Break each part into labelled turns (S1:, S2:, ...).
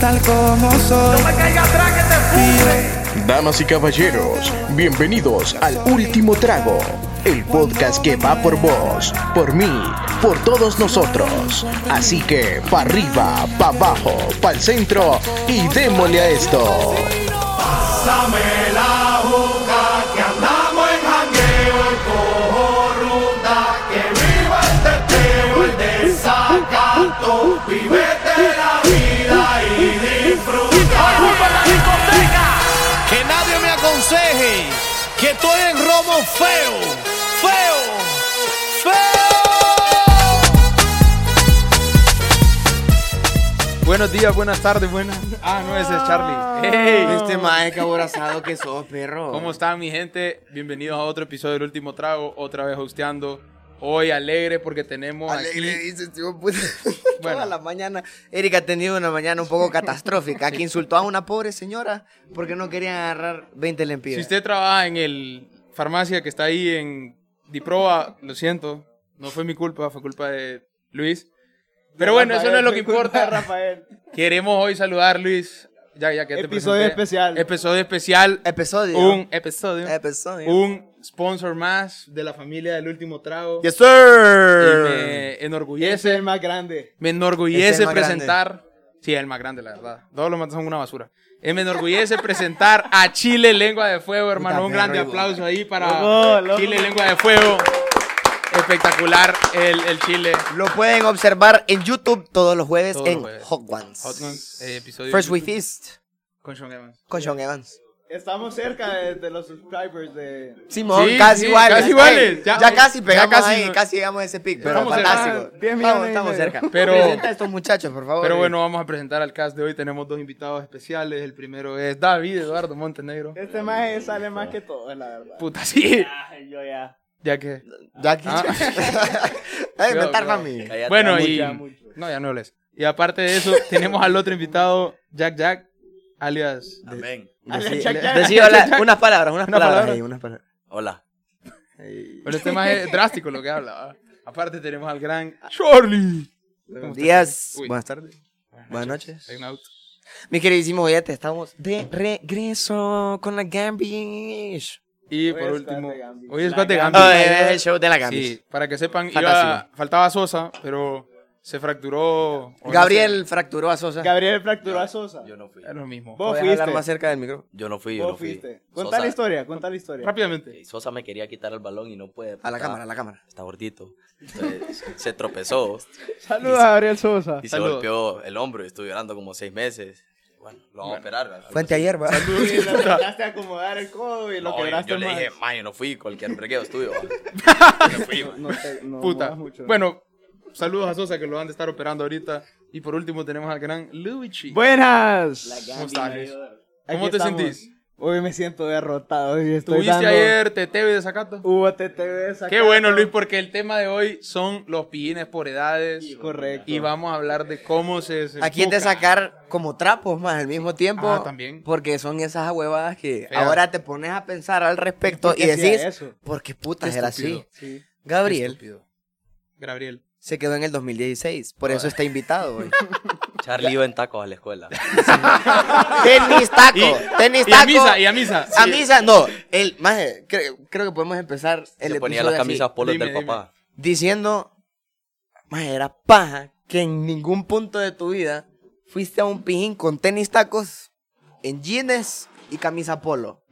S1: tal como soy.
S2: No me caiga atrás que te pudre.
S3: Damas y caballeros, bienvenidos al Último Trago, el podcast que va por vos, por mí, por todos nosotros. Así que, pa' arriba, pa' abajo, pa' el centro y démosle a esto.
S2: Pásame la boca que andamos en jangueo y cojo ruta. Que viva el teteo, el desacato. Vivete la vida y disfruta. la discoteca!
S4: Que nadie me aconseje que estoy en romo feo, feo, feo.
S5: Buenos días, buenas tardes, buenas. Ah, no, ese es Charlie.
S6: Este mae caborazado que sos, perro.
S5: ¿Cómo están, mi gente? Bienvenidos a otro episodio del Último Trago, otra vez hosteando. Hoy alegre porque tenemos
S6: Alegre,
S5: aquí.
S6: dices, tío, puta.
S5: Bueno.
S6: Toda la mañana. Erika ha tenido una mañana un poco catastrófica. Que insultó a una pobre señora porque no quería agarrar 20 lempiras.
S5: Si usted trabaja en el farmacia que está ahí en Diproa, lo siento, no fue mi culpa, fue culpa de Luis. Pero bueno, eso no es lo que importa.
S7: Rafael.
S5: Queremos hoy saludar, Luis. Ya, ya que te
S7: Episodio
S5: presenté.
S7: especial.
S5: Episodio especial.
S6: Episodio.
S5: Un episodio.
S6: Episodio.
S5: Un sponsor más de la familia del último trago.
S6: Yes,
S5: Y
S6: sir.
S5: me enorgullece.
S7: Ese Este es el más grande.
S5: Me
S6: Es
S5: enorgullece
S6: el más
S5: presentar. Sí, el más grande, la verdad. Todos los matos son una basura. Eh, me enorgullece presentar a Chile Lengua de Fuego, hermano. Un
S6: perro,
S5: grande
S6: Ivo.
S5: aplauso ahí para
S7: Loco, loco.
S5: Chile Lengua de Fuego. Espectacular el, el Chile.
S6: Lo pueden observar en YouTube todos los jueves
S5: Todos los
S6: en
S5: jueves.
S6: Hot Ones.
S5: Hot Ones, eh, episodio
S6: First
S5: de
S6: We
S5: YouTube.
S6: Feast
S5: Con Sean Evans.
S6: con Sean Evans.
S7: Estamos cerca de, de los subscribers de.
S6: Simón,
S5: Sí,
S6: casi
S5: sí,
S6: iguales.
S5: casi iguales. Ya-
S6: Ya, casi
S5: ya
S6: pegamos
S5: casi
S6: ahí,
S5: no-
S6: casi llegamos a ese pic, pero
S5: Estamos cerca.
S6: fantástico.
S7: Ah, 10 millones
S6: Estamos,
S7: y
S6: estamos
S7: medio.
S6: cerca.
S5: Pero-
S6: Presenta a estos muchachos, por favor.
S5: Pero bueno, vamos a presentar al cast de hoy. Tenemos dos invitados especiales. El primero es David Eduardo Montenegro.
S7: Este más sale más que todo, la verdad.
S5: Puta, sí.
S7: Ay, Ah, yo ya.
S5: Ya que.
S6: Ya que...
S5: Ah.
S6: Ay,
S5: Cuidado,
S6: inventar,
S5: cuidado.
S6: mami.
S5: Bueno, y.
S7: ya pues. mucho.
S5: No, ya no hables. Y aparte de eso, tenemos al otro invitado, Jack Jack, alias.
S6: Ah,
S8: Amén.
S7: Ale,
S6: Decí-
S7: chac, chac.
S6: decí hola- unas palabras, unas
S5: Una
S6: palabras.
S5: palabra.
S6: ahí, unas palabras.
S8: Hola.
S5: Pero este más es drástico lo que habla. ¿va? Aparte, tenemos al gran Charlie.
S6: Buenos días,
S5: Uy.
S6: buenas tardes, buenas noches.
S5: Hay un auto.
S6: Mis queridísimos oyentes, estamos de regreso con la Gambish.
S5: Y
S7: Hoy
S5: por
S7: es
S5: último,
S7: Cuate Gambis.
S5: hoy es Cuate Gambis.
S6: Ay, es Ah, el show de la Gambish.
S5: Sí, para que sepan, iba-
S6: Fantástico.
S5: faltaba Sosa, pero se fracturó. o no
S6: Gabriel fracturó a Sosa.
S7: Gabriel fracturó a Sosa.
S8: Yo no fui.
S5: sé, es lo mismo.
S7: Vos
S6: Voy a
S7: fuiste.
S6: hablar más cerca del micrófono.
S8: Yo no fui, yo no
S7: Vos
S8: fui.
S7: fuiste.
S8: Sosa-
S7: Contá la historia, contá la historia.
S5: Rápidamente.
S8: Sosa me quería quitar el balón y no puede.
S6: A la
S8: está-
S6: cámara, a la cámara.
S8: Está gordito. Entonces, se tropezó
S7: Saludos a Gabriel Sosa.
S8: y se
S5: Saludos.
S8: golpeó el hombro y estuve llorando como seis meses. Bueno, lo vamos a operar. ¿verdad?
S6: Fuente ayer, va.
S7: Y le trataste de acomodar el codo y lo
S8: No, yo-
S7: quebraste
S8: yo le
S7: más.
S8: dije, ma, yo no fui, cualquier bregueo estuvo.
S7: No te- no
S5: Puta.
S7: muevas mucho.
S5: Bueno, saludos a Sosa que lo van a estar operando ahorita. Y por último, tenemos al gran Luigi.
S7: Buenas.
S5: ¿Cómo estás, Luis?
S7: Aquí
S5: ¿Cómo te
S7: estamos.
S5: sentís?
S7: Hoy me siento derrotado. y estoy
S5: ¿Tuviste
S7: dando-
S5: ayer teteo y desacato?
S7: Hubo TTV
S5: Qué bueno, Luis, porque el tema de hoy son los pillines por edades.
S7: Correcto.
S5: Y vamos a hablar de cómo se. se
S6: ¿A quién te
S5: enfoca.
S6: sacar como trapos más al mismo tiempo?
S5: Ah, también.
S6: Porque son esas huevadas que
S5: Fea.
S6: ahora te pones a pensar al respecto
S7: ¿Por
S6: y
S7: qué hacía
S6: decís,
S7: eso?
S6: ¿por qué putas
S5: Qué
S6: era
S5: estúpido.
S6: así?
S7: Sí.
S6: Gabriel
S5: Estúpido. Gabriel.
S6: se quedó en el 2016, por eso está invitado hoy.
S8: Charlie iba en tacos a la escuela.
S6: tenis taco, tenis
S5: Y a
S6: taco.
S5: misa, y a misa.
S6: A
S5: Sí.
S6: misa, no. El, más, creo, creo que podemos empezar el
S8: Se ponía
S6: episodio
S8: las camisas
S6: así,
S8: polos
S5: Dime,
S8: del
S5: dime.
S8: papá.
S6: diciendo, más era paja que en ningún punto de tu vida fuiste a un pijín con tenis tacos, en jeans y camisa polo.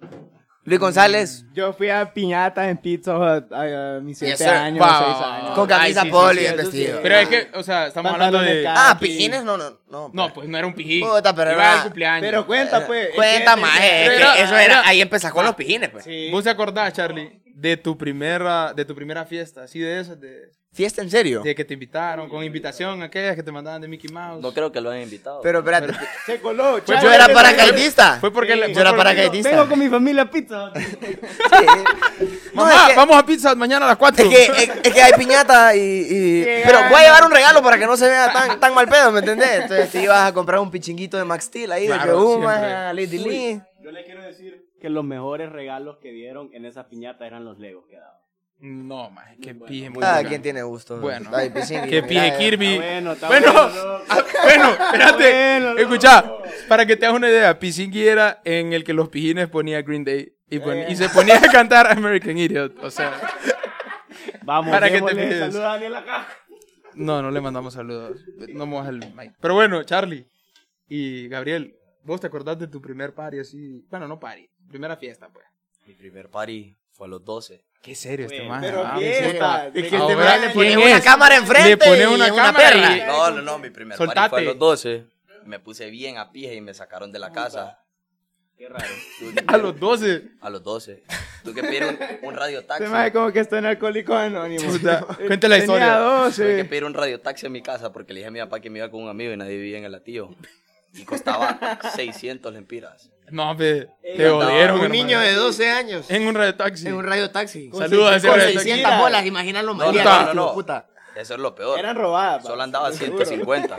S6: Luis González
S7: Yo fui a piñatas en Pizza Hut a, a mis
S6: Yes,
S7: 7
S6: sir.
S7: años,
S5: Wow.
S7: 6 años.
S6: con
S5: Ay,
S6: camisa
S5: sí, sí,
S6: polo
S5: sí,
S6: y el
S7: eso sí.
S6: vestido.
S5: Pero es que, o sea, estamos hablando
S7: Pantalones
S5: de.
S7: ca-
S6: Ah,
S7: aquí.
S6: pijines no, no, no.
S5: No, pues no era un pijín.
S6: Puta, pero
S5: Iba
S6: era-
S5: al cumpleaños.
S7: Pero cuenta, pues.
S6: Eh, Cuenta
S7: ¿entiendes?
S6: más, es que
S5: Pero-
S6: eso era,
S5: pero-
S6: ahí empezás con los pijines, pues.
S7: Sí.
S5: ¿Vos te acordás, Charlie, de tu primera, de tu primera fiesta? Así de esas, de,
S6: Fiesta en serio.
S5: de que te invitaron, con invitación, aquellas que te mandaban de Mickey Mouse.
S8: No creo que lo hayan invitado.
S6: Pero espérate,
S7: Se coló.
S5: Pues
S6: yo
S7: Charlie,
S6: era
S7: se
S6: paracaidista.
S5: Fue porque la-
S6: yo
S5: fue
S6: era
S5: porque-
S6: paracaidista.
S7: Vengo con mi familia a Pizza Hut.
S6: Sí. No,
S5: Mamá,
S6: es que-
S5: vamos a pizza Hut mañana a las 4.
S6: Es que, eh, es, es que hay piñata y, y-
S7: Qué
S6: Pero voy a
S7: gana.
S6: llevar un regalo para que no se vea tan, tan mal pedo, ¿me entendés? Entonces te ibas a comprar un pichinguito de Max Steel ahí,
S5: Claro,
S6: de que humas
S5: siempre.
S6: a Lady Lee.
S9: Yo le quiero decir que los mejores regalos que dieron en esa piñata eran los Legos que daban.
S5: No, maje, qué pije. muy
S6: Cada
S5: bacán.
S6: quien tiene gusto.
S5: Bueno.
S6: Ay, Pisingui,
S5: Qué
S6: mira,
S5: pije
S6: eh.
S5: Kirby.
S7: está bueno, está
S5: bueno,
S7: bueno, loco.
S5: ah, bueno, espérate.
S7: bueno, loco.
S5: Escuchá, para que te hagas una idea, Pisingui era en el que los pijines ponía Green Day y, pon- y se ponía a cantar American Idiot. O sea,
S7: Vamos,
S5: Para que te
S7: démosle
S5: fijes.
S7: saludos a Daniel acá.
S5: no, no le mandamos saludos. No mojas el mic. Pero bueno, Charlie y Gabriel, vos te acordás de tu primer party así. Bueno, no party, primera fiesta, pues.
S8: Mi primer party fue a los 12.
S5: Qué serio este
S7: Güey,
S5: man.
S7: pero
S5: ah,
S7: bien,
S5: sí está.
S7: es que este
S5: Ahora,
S7: man le
S5: ¿quién
S6: pone una
S5: es?
S6: cámara enfrente
S5: Le pone
S6: y
S5: una,
S6: una
S5: cámara
S6: perla.
S5: y-
S8: No, no, no, mi primer
S5: Soltate.
S8: party fue a los 12. Me puse bien a pija y me sacaron de la casa.
S7: Qué raro.
S5: a los 12.
S8: A los 12. Tuve que pedir un, un radio taxi.
S7: Este maje como que está en ah, Alcohólicos Anónimos.
S5: Puta, cuente la historia.
S7: Tenía
S8: Tuve que
S7: 12.
S8: pedir un radio taxi a mi casa porque le dije a mi papá que me iba con un amigo y nadie vivía en el latío. Y costaba 600 lempiras.
S5: No, pe, te
S8: andaba
S5: jodieron,
S8: un
S5: hermano.
S1: Un niño de 12 años
S5: En un radio taxi.
S1: en un radio taxi.
S5: Con Saludos a ese
S1: Con
S5: radio taxi.
S1: 600 bolas, imagínalo,
S8: No,
S1: María.
S5: puta.
S1: no, no, no. Puta.
S8: Eso es lo peor.
S7: Eran robadas. pa.
S8: Solo andaba a 150.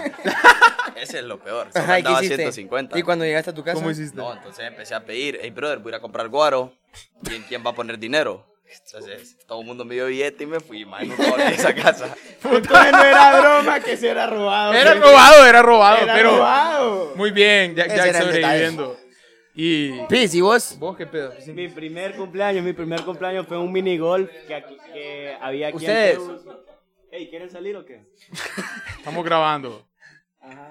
S8: Ese es lo peor. Solo
S6: Ajá, ¿y qué
S8: andaba a
S6: hiciste?
S8: 150.
S6: ¿Y cuando llegaste a tu casa?
S5: ¿Cómo hiciste?
S8: No, entonces empecé a pedir, hey brother, voy a ir a comprar guaro. ¿Quién, quién va a poner dinero? Entonces todo el mundo me dio billete y me fui, man, nunca volví a esa casa.
S7: Entonces no era broma que se era robado.
S5: Era
S7: güey.
S5: robado, era robado,
S7: Era
S5: pero
S7: robado.
S5: muy bien, ya,
S6: Ese
S5: ya
S6: era el
S5: sobreviviendo. Y
S6: Pis, ¿y vos?
S5: vos qué pedo?
S7: Mi primer cumpleaños, mi primer cumpleaños fue un mini golf que, aquí- que había aquí en
S6: ¿Ustedes?
S7: Tebus. Ey, ¿quieren salir o qué?
S5: Estamos grabando.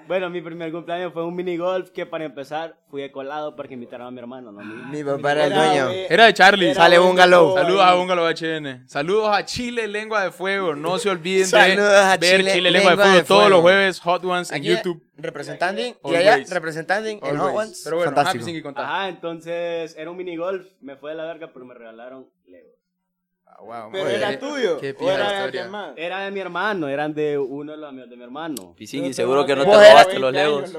S7: Bueno, mi primer cumpleaños fue un mini golf que para empezar fui de colado para que invitaran a mi hermano, ¿no?
S6: Mi papá era el dueño.
S5: Era de Charlie.
S6: Sale Bungalow.
S5: Saludos a Bungalow HN. Saludos a Chile Lengua de Fuego. No se olviden de
S6: Saludos a
S5: ver Chile,
S6: Chile
S5: Lengua, de,
S6: Lengua
S5: Fuego
S6: de
S5: todos
S6: Fuego.
S5: los jueves, Hot Ones
S6: Aquí
S5: en YouTube.
S6: representando y
S5: Always.
S6: allá representando en
S5: Always.
S6: Hot Ones.
S5: Pero bueno, ah, pues
S6: Fantástico.
S5: Happy Sing y Contá.
S7: Ajá, entonces era un mini golf, me fue de la verga, pero me regalaron Lego.
S5: Ah, wow,
S7: Pero
S5: madre.
S7: era tuyo,
S5: Qué
S7: o
S5: pija
S7: era de
S5: historia.
S7: Era de mi hermano, eran de uno de los amigos de mi hermano.
S8: Pisingui, seguro que no te
S6: Vos eras
S8: robaste los legos.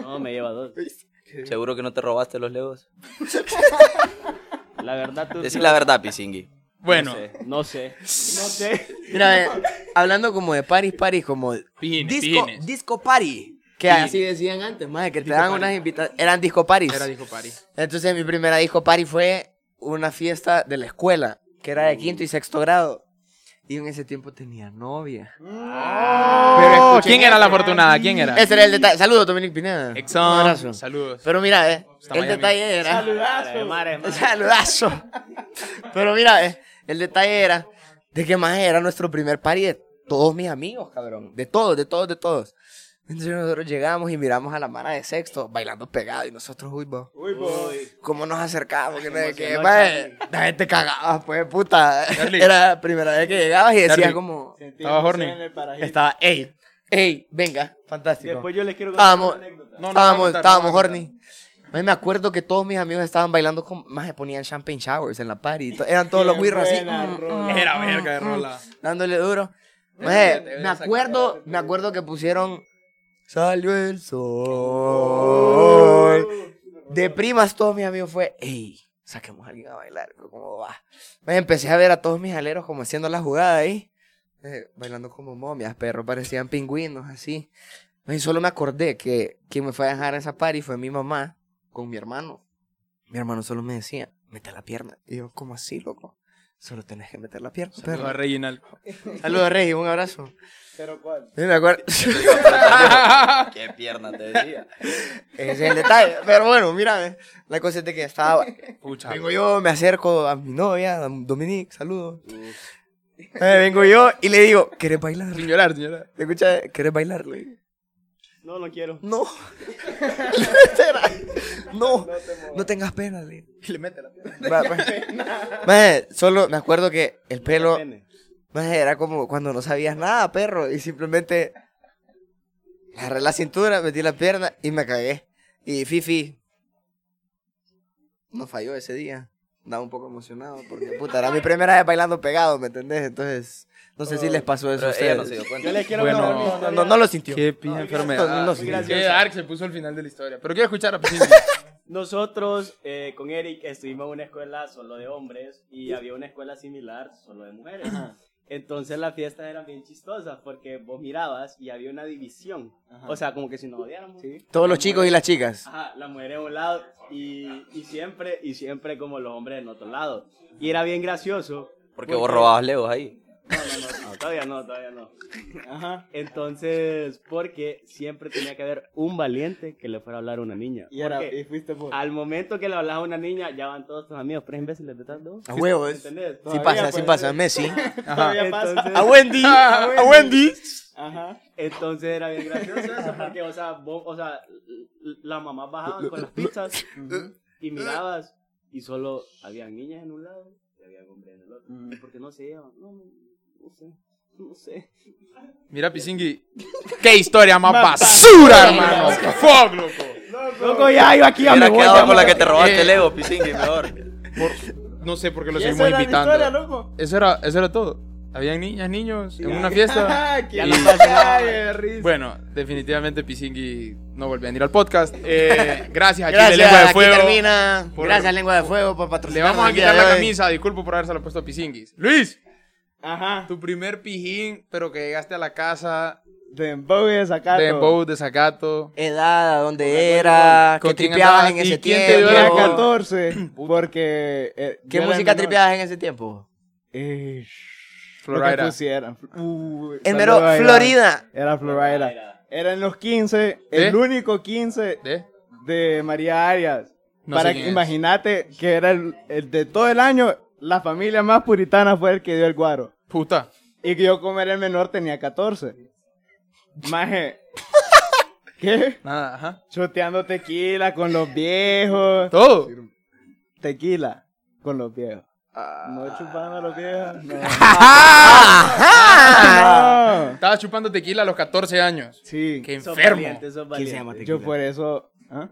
S7: No, me lleva dos.
S8: Seguro que no te robaste los legos.
S7: La verdad, tú.
S8: Decí la verdad, Pisingui.
S5: Bueno,
S7: No sé. No sé.
S6: Mira, eh, hablando como de Paris, Paris, como
S5: pines,
S6: disco,
S5: pines.
S6: disco Party. Que así decían antes, más que te daban unas invitaciones. Eran disco Paris.
S5: Era disco party.
S6: Entonces mi primera disco party fue una fiesta de la escuela, que era de
S5: Mm.
S6: quinto y sexto grado. Y en ese tiempo tenía novia.
S5: Pero Oh, ¿Quién era la afortunada? ¿Quién era?
S6: Ese era el detalle. Saludos, Dominic Pineda. Un abrazo.
S5: Exxon. Saludos.
S6: Pero mira, eh,
S5: Hasta
S6: el
S5: Miami.
S6: detalle era...
S7: Mare, mare, mare.
S6: Saludazo. Pero mira, eh, el detalle era de que más era nuestro primer party de todos mis amigos, cabrón. De todos, de todos, de todos. Entonces nosotros llegamos y miramos a la mara de sexto bailando pegado y nosotros, uy, bo,
S7: Uy, pues, boy.
S6: ¿cómo nos acercamos? Que no sé qué,
S7: emocionó,
S6: mae. La gente cagaba, pues, puta.
S5: Charlie.
S6: Era la primera vez que llegabas y decía
S5: Charlie.
S6: como...
S5: Estaba horny. Este
S6: Estaba, ey, ey, venga, fantástico.
S7: Después yo les quiero contar
S6: Estábamos,
S7: una anécdota.
S5: No, no va a
S6: estábamos,
S5: contar, no
S6: estábamos
S5: va a contar.
S6: horny. Mae, Me acuerdo que todos mis amigos estaban bailando con. Más se ponían champagne showers en la party. y to- Eran todos los
S7: Buena
S6: güirros así. mm,
S7: rola.
S5: Era verga de rola.
S6: Dándole duro. Mae, me acuerdo, me acuerdo que pusieron. Salió el sol. De primas, todos mis amigos fue. ¡Ey! Saquemos a alguien a bailar. pero ¿Cómo va? Mae, empecé a ver a todos mis aleros como haciendo la jugada ahí. eh, bailando como momias, perros. Parecían pingüinos así. Mae, solo me acordé que quien me fue a dejar a esa party fue mi mamá con mi hermano. Mi hermano solo me decía, mete la pierna. Y yo, ¿cómo así, loco? Solo tenés que meter la pierna.
S5: Saludos
S6: perro".
S5: a Reginald.
S6: Saludos, Rey, un abrazo.
S7: Pero cuál.
S6: Sí, me acuerdo. Ese
S8: Qué pierna te decía.
S6: es el detalle. Pero bueno, mira, eh, la cosa es de que estaba.
S5: Pucha.
S6: Vengo yo, me acerco a mi novia, a Dominique, saludo. Eh, vengo yo y le digo, ¿querés bailar?
S5: Sin llorar, sin llorar.
S6: ¿Me escucha? ¿Querés bailar? Le digo,
S7: No, no quiero.
S6: No. Literal, no. No tengas pena, le. digo.
S5: Y le mete la pierna.
S6: Va, pues. va. Maje, solo me acuerdo que el pelo
S7: Pene.
S6: maje, era como cuando no sabías nada, perro, y simplemente agarré la cintura, metí la pierna y me cagué. Y Fifi no falló ese día. Andaba un poco emocionado porque puta, era mi primera vez bailando pegado, ¿me entendés? Entonces, no sé si les pasó eso
S8: Pero
S6: a ustedes.
S8: ella no se dio
S7: Yo
S8: cuenta.
S7: les quiero
S5: Bueno,
S7: contar mi
S5: no,
S6: No,
S7: historia.
S6: no, no lo sintió.
S5: Qué pija enfermedad.
S6: no, sí.
S5: Qué
S7: Gracioso.
S5: dark se puso al final de la historia. Pero quiero escuchar a Piscina.
S7: Nosotros eh, con Eric estuvimos en una escuela solo de hombres y había una escuela similar solo de mujeres. Entonces las fiestas eran bien chistosas porque vos mirabas y había una división. O sea, como que si nos odiáramos.
S6: Todos los chicos y las chicas.
S7: Ajá, las mujeres a un lado y, y siempre, y siempre como los hombres en otro lado. Y era bien gracioso
S8: Porque vos robabas legos ahí.
S7: No, no, no, todavía no, todavía no. Ajá. Entonces, porque siempre tenía que haber un valiente que le fuera a hablar a una niña.
S9: Y, era,
S7: Porque
S9: y fuiste por.
S7: al momento que le hablas a una niña, ya van todos tus amigos, tres imbéciles de tal, ¿no?
S6: A huevos. Sí
S7: ¿Entendés?
S6: pasa,
S5: pues.
S6: sí pasa,
S7: pues.
S6: Messi.
S5: Ajá.
S7: Entonces-
S6: A Wendy.
S5: Ah,
S6: A Wendy.
S9: Ajá.
S7: Entonces era bien gracioso eso porque, o sea, vos- o sea, l- l- las mamás bajaban con las pizzas y mirabas y solo había niñas en un lado y había hombres en el otro. Porque no se llevan, no, no, no sé, no sé.
S5: Mira, Pisingui. Qué historia más basura, hermano. Fuck, loco.
S7: Loco, ya, yo aquí
S8: Hubiera quedado con la que te
S6: Eh.
S8: robaste Lego, Pisingui, mejor.
S5: Por- no sé por qué lo
S9: Y esa
S5: seguimos
S9: era la
S5: invitando.
S9: historia, loco.
S5: eso, era, eso era todo. Habían niñas, niños, en una fiesta.
S9: Ah, qué
S5: Ya no
S9: pasa. Ay, de risa.
S5: Bueno, definitivamente Pisingui no vuelve a venir al podcast. Eh, gracias, aquí de Lengua
S6: Gracias,
S5: de
S6: aquí
S5: Fuego.
S6: termina.
S5: Por-
S6: Gracias, Lengua de Fuego, por
S5: Le
S6: patrocinar.
S5: vamos a quitar la camisa, disculpo por habérsela puesto a Pisinguis. Luis,
S9: Ajá.
S5: tu primer pijín, pero que llegaste a la casa
S9: Dembow y desacato.
S5: de Embow de Zacato.
S6: Edad, a dónde era,
S5: ¿Con
S6: qué
S5: quién
S6: tripeabas en
S5: andabas? ¿Y
S6: ese
S5: quién te dio
S9: Yo era
S6: tiempo.
S9: 14. Porque. eh, yo
S6: ¿Qué
S9: era
S6: música
S9: menor.
S6: tripeabas en ese tiempo?
S9: Eh, Lo que
S5: Florida.
S9: pusieran. Uy,
S6: En mero
S9: saludo a Iván.
S6: Florida.
S9: Era Florida. Era en los 15, el
S5: ¿De?
S9: único 15
S5: ¿De?
S9: de María Arias.
S5: No sé
S9: Para
S5: quién
S9: que
S5: es.
S9: imagínate que era el, el de todo el año, la familia más puritana fue el que dio el guaro.
S5: Puta.
S9: Y que yo como era el menor tenía 14. Maje. ¿Qué?
S5: Nada, ajá.
S9: Choteando tequila con los viejos.
S5: Todo.
S9: Tequila con los viejos. No chupando a los viejos. No. No.
S5: Estaba chupando tequila a los 14 años.
S9: Sí.
S5: Qué
S7: Sos
S5: enfermo.
S7: valiente, sos
S1: ¿Quién se llama
S7: valiente.
S1: tequila?
S9: Yo por eso. ¿ah?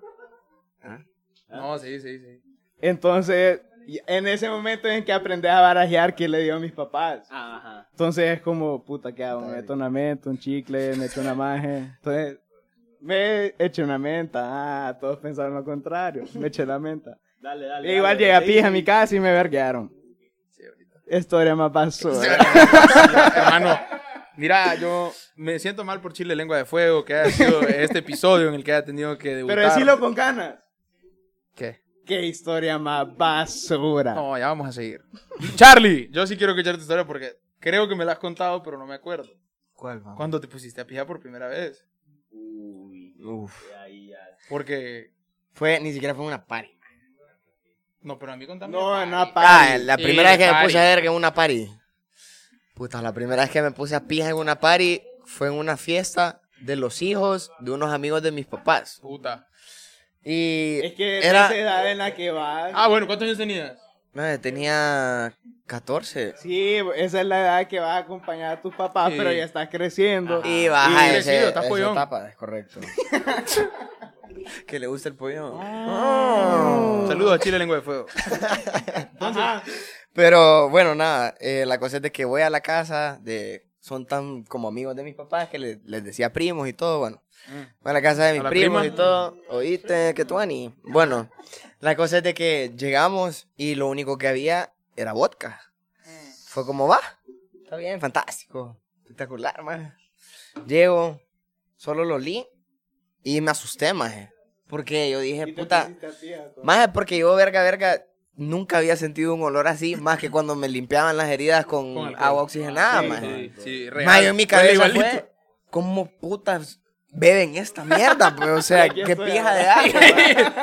S5: No, sí, sí, sí.
S9: Entonces, y- en ese momento en que aprendes a barajear, que le dio a mis papás?
S7: Ajá.
S9: Entonces es como, puta, ¿qué hago? Me meto una menta, un chicle, me echo una maje. Entonces, me eché una menta. Ah, todos pensaron lo contrario. Me eché la menta.
S7: Dale, dale.
S9: E
S7: dale.
S9: igual llegué a
S7: Sí,
S9: pija a
S7: sí.
S9: mi casa y me verguearon. Historia más basura.
S5: Hermano, mira, yo me siento mal por Chile Lengua de Fuego, que haya sido este episodio en el que haya tenido que debutar.
S9: Pero decilo con ganas.
S5: ¿Qué?
S9: ¿Qué historia más basura?
S5: No, ya vamos a seguir. Charlie, yo sí quiero escuchar tu historia porque creo que me la has contado, pero no me acuerdo.
S6: ¿Cuál, va?
S5: ¿Cuándo te pusiste a pijar por primera vez?
S7: Uy,
S6: Uf.
S7: de ahí ya.
S5: Porque...
S6: Fue, ni siquiera fue una party.
S5: No, pero a mí contame.
S9: No, en una
S6: Ah,
S9: party.
S6: la primera vez
S5: Sí,
S6: que me
S5: party.
S6: puse a verga en una party. Puta, la primera vez que me puse a pija en una party fue en una fiesta de los hijos de unos amigos de mis papás.
S5: Puta.
S6: Y
S9: Es que era...
S6: era,
S9: esa edad en la que vas.
S5: Ah, bueno, ¿cuántos años tenías?
S6: madre, tenía 14.
S9: Sí, esa es la edad que vas a acompañar a tus papás,
S5: Sí.
S9: pero ya estás
S7: Ah.
S9: creciendo.
S6: Y baja
S5: Y
S6: ese,
S5: crecido, estás
S6: esa
S5: pollón.
S6: etapa, es correcto. que le gusta el pollo.
S5: Saludos a Chile Lengua de Fuego.
S6: Pero bueno, nada, eh, la cosa es de que voy a la casa, de, son tan como amigos de mis papás que le- les decía primos y todo, bueno. Voy a la casa de mis
S5: Mm. la
S6: primos
S5: prima?
S6: y todo, oíste, que tú ani. Bueno, la cosa es de que llegamos y lo único que había era vodka.
S5: Mm.
S6: Fue como va, está bien, fantástico, espectacular, maje. Llego, solo lo olí y me asusté, maje. Porque yo dije, puta, más porque yo, verga, verga, nunca había sentido un olor así, más que cuando me limpiaban las heridas con,
S5: Con alcohol.
S6: agua oxigenada,
S5: Ah, Sí,
S6: más.
S5: sí, sí, real.
S6: Más yo en mi
S5: Huele
S6: cabeza
S5: igualito.
S6: fue, ¿cómo putas beben esta mierda? pues? o sea, qué
S9: estoy,
S6: pija de
S9: ¿verdad?
S6: agua.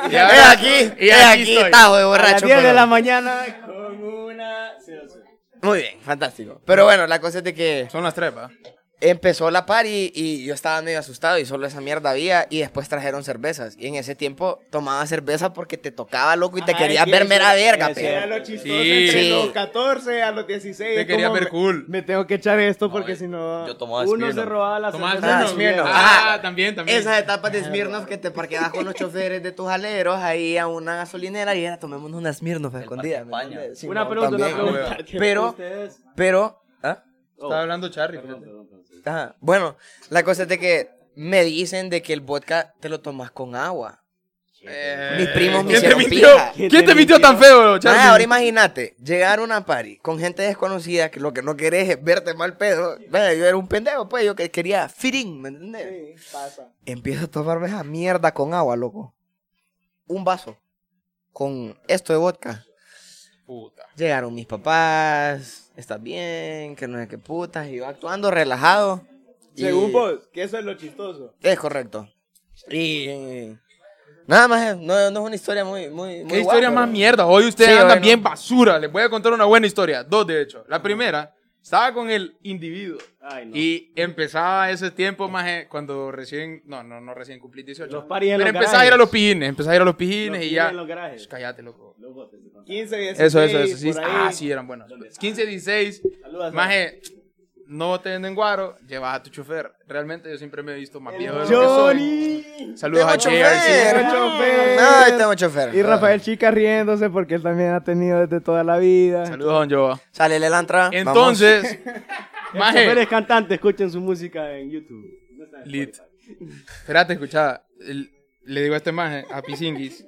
S6: Es
S5: Y ahora-
S6: aquí,
S5: y
S6: es
S5: aquí
S6: aquí,
S5: estoy.
S6: tajo de
S9: a las
S6: borracho. pues.
S9: 10 de
S6: pero-
S9: la mañana.
S7: Con una. Sí, sí.
S6: Muy bien, fantástico. Pero bueno, la cosa es de que
S5: Son las tres, ¿va?
S6: empezó la party y yo estaba medio asustado y solo esa mierda había y después trajeron cervezas. Y en ese tiempo tomaba cerveza porque te tocaba loco y te
S9: Ajá,
S6: querías
S9: es que
S6: ver
S9: eso-
S6: mera verga,
S7: eso
S6: pero...
S9: Era lo chistoso
S5: Sí.
S9: entre
S6: Sí.
S9: los 14 a los 16.
S5: Te
S9: es
S5: quería
S9: como,
S5: ver cool.
S9: Me tengo que echar esto porque si no.
S8: Yo tomaba
S7: Uno se
S8: Smirnoff.
S7: robaba la
S5: Tomás
S7: cerveza.
S6: Ah, Smirnoff.
S5: Ah, también, también.
S6: Esas etapas de Smirnoff que te parqueabas con los choferes de tus aleros ahí a una gasolinera y era tomémonos una Smirnoff escondida.
S8: Parque España.
S6: ¿me entiendes? Sí,
S7: Una
S6: no,
S7: pregunta, una
S6: también.
S7: pregunta.
S6: Pero-
S7: Ustedes-
S6: Pero, ¿ah?
S7: Oh,
S5: Estaba hablando Charlie.
S7: perdón,
S5: fíjate.
S7: perdón, perdón.
S6: Ajá. bueno, la cosa es de que me dicen de que el vodka te lo tomas con agua. Mis primos me
S5: Eh, ¿Quién te
S6: hicieron
S5: mintió?
S6: pija.
S5: ¿Quién te mintió tan feo, Charlie?
S6: Ah, ahora imagínate, llegar a una party con gente desconocida que lo que no querés es verte mal pedo. Vaya, yo era un pendejo, pues yo que quería fitting, ¿me entendés?
S9: Sí, pasa.
S6: Empiezo a tomarme esa mierda con agua, loco. Un vaso. Con esto de vodka.
S5: Puta.
S6: Llegaron mis papás, estás bien, que no sé qué putas, y yo actuando relajado. y-
S7: Según vos, que eso es lo chistoso.
S6: Es correcto. Y eh, nada más, eh, no, no es una historia muy, muy, muy
S5: Qué historia
S6: guapa,
S5: más
S6: pero-
S5: mierda. Hoy ustedes
S6: Sí,
S5: andan
S6: bueno.
S5: bien basura. Les voy a contar una buena historia. Dos, de hecho. La primera, estaba con el individuo.
S7: Ay, no.
S5: Y empezaba ese tiempo más cuando recién, no, no, no recién cumplí 18.
S7: Los paris en
S5: pero
S7: los
S5: empezaba a
S7: garajes.
S5: ir a los pijines, empezaba a ir a los pijines
S7: Los
S5: y
S7: pines
S5: ya. Pues
S7: en los garajes.
S5: Cállate, loco.
S7: 15, 16,
S5: Eso, eso, eso. Sí,
S7: por ahí.
S5: ah, sí, eran buenas. 15, 16.
S7: Saluda,
S5: Maje, no te venden guaro, llevas a tu chofer. Realmente yo siempre me he visto más viejo de lo que soy.
S7: Johnny.
S5: Saludos
S6: Tengo
S5: a
S6: chofer.
S5: JRC.
S9: Tengo chofer.
S6: Ay, tengo chofer.
S9: Y Rafael Chica riéndose porque él también ha tenido desde toda la vida.
S5: Saludos a Don Joa.
S6: Sale el Elantra. vamos.
S5: Entonces, maje,
S7: Mujeres cantantes, escuchen su música en YouTube.
S5: lit. Espérate, escuchá. el- Le digo a este maje, a Pisinguis.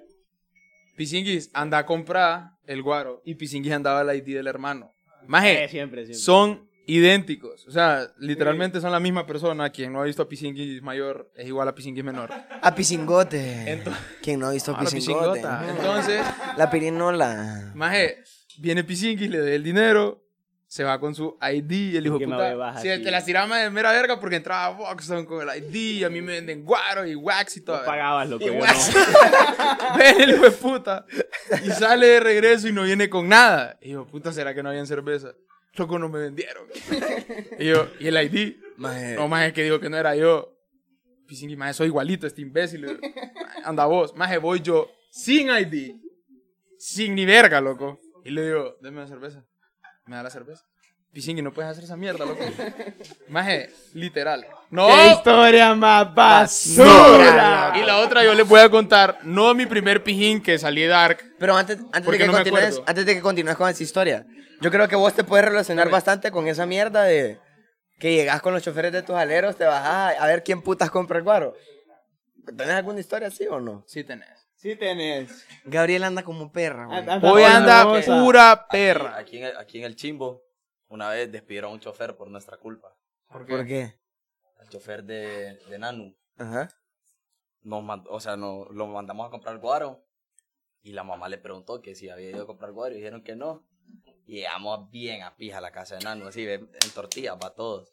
S5: Pisinguis anda a comprar el guaro y Pisinguis andaba la ID del hermano. Maje,
S7: Eh, siempre, siempre.
S5: son idénticos. O sea, literalmente son la misma persona. Quien no ha visto a Pisinguis mayor es igual a Pisinguis menor.
S6: A Pisingote. ¿Quién no ha visto
S5: Ah, la
S6: Pisingote?
S5: pisingota. Entonces,
S6: La pirinola.
S5: maje, viene Pisinguis, le da el dinero, se va con su ID y el hijo
S7: que me
S5: puta.
S7: baja,
S5: sí,
S7: sí.
S5: te la tiraba de mera verga porque entraba a Boxton con el ID, a mí me venden guaro y wax y todo.
S7: Pagabas lo que yo no.
S5: Ven el hijo de puta y sale de regreso y no viene con nada. Y yo, puta, ¿será que no habían cerveza? Loco, no me vendieron. Y yo, ¿y el ID?
S6: Maje.
S5: No, más es que digo que no era yo. Pisingui, más soy igualito, este imbécil. Maje, Anda vos, más voy yo sin ID, sin ni verga, loco. Y le digo, deme la cerveza. Me da la cerveza. Pisingui, no puedes hacer esa mierda, loco. Maje, literal. No.
S9: ¡Qué historia más basura!
S5: Basura. Y la otra yo les voy a contar, no mi primer pijín que salí dark.
S6: Pero antes, antes, de
S5: Porque
S6: que
S5: no me
S6: continúes,
S5: acuerdo.
S6: antes de que continúes con esa historia, yo creo que vos te puedes relacionar bastante con esa mierda de que llegás con los choferes de tus aleros, te bajás a ver quién putas compra el guaro. ¿Tenés alguna historia así o no?
S5: Sí tenés.
S9: Sí tenés.
S6: Gabriel anda como perra, güey.
S5: Hoy anda
S9: Barbosa.
S5: pura perra.
S8: Aquí en, el, aquí en el chimbo, una vez despidieron a un chofer por nuestra culpa.
S6: ¿Por qué?
S8: El chofer de, de Nanu.
S6: Ajá.
S8: Nos mand- o sea, nos, lo mandamos a comprar guaro. Y la mamá le preguntó que si había ido a comprar guaro y dijeron que no. Y llegamos bien a pija a la casa de Nanu, así, ve- en tortillas para todos.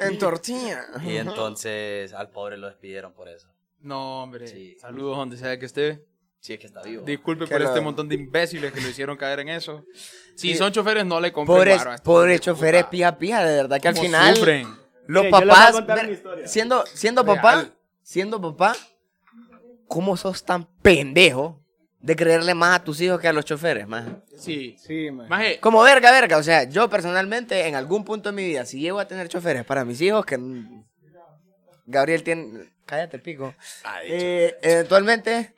S6: En tortilla.
S8: Y entonces al pobre lo despidieron por eso.
S5: No, hombre.
S8: Sí.
S5: Saludos donde sea que esté.
S8: Sí, es que está vivo.
S5: Disculpe
S6: Qué
S5: por este
S6: lado.
S5: montón de imbéciles que lo hicieron caer en eso. Si
S6: Sí.
S5: son choferes, no le compren
S6: Pobres,
S5: guaro a esta
S6: pobres
S5: gente,
S6: choferes
S5: puta.
S6: pija pija, de verdad que al
S5: Cómo
S6: final
S5: sufren.
S6: los
S7: Mire, yo les voy a
S6: papás
S7: contar
S6: mira,
S7: mi historia.
S6: siendo siendo papá,
S5: Real.
S6: siendo papá, ¿cómo sos tan pendejo de creerle más a tus hijos que a los choferes, más?
S5: Sí.
S9: Sí, man.
S5: Maje,
S6: Como verga, verga, o sea, yo personalmente en algún punto de mi vida si llego a tener choferes para mis hijos que n- Gabriel tiene cállate pico. Eh, eventualmente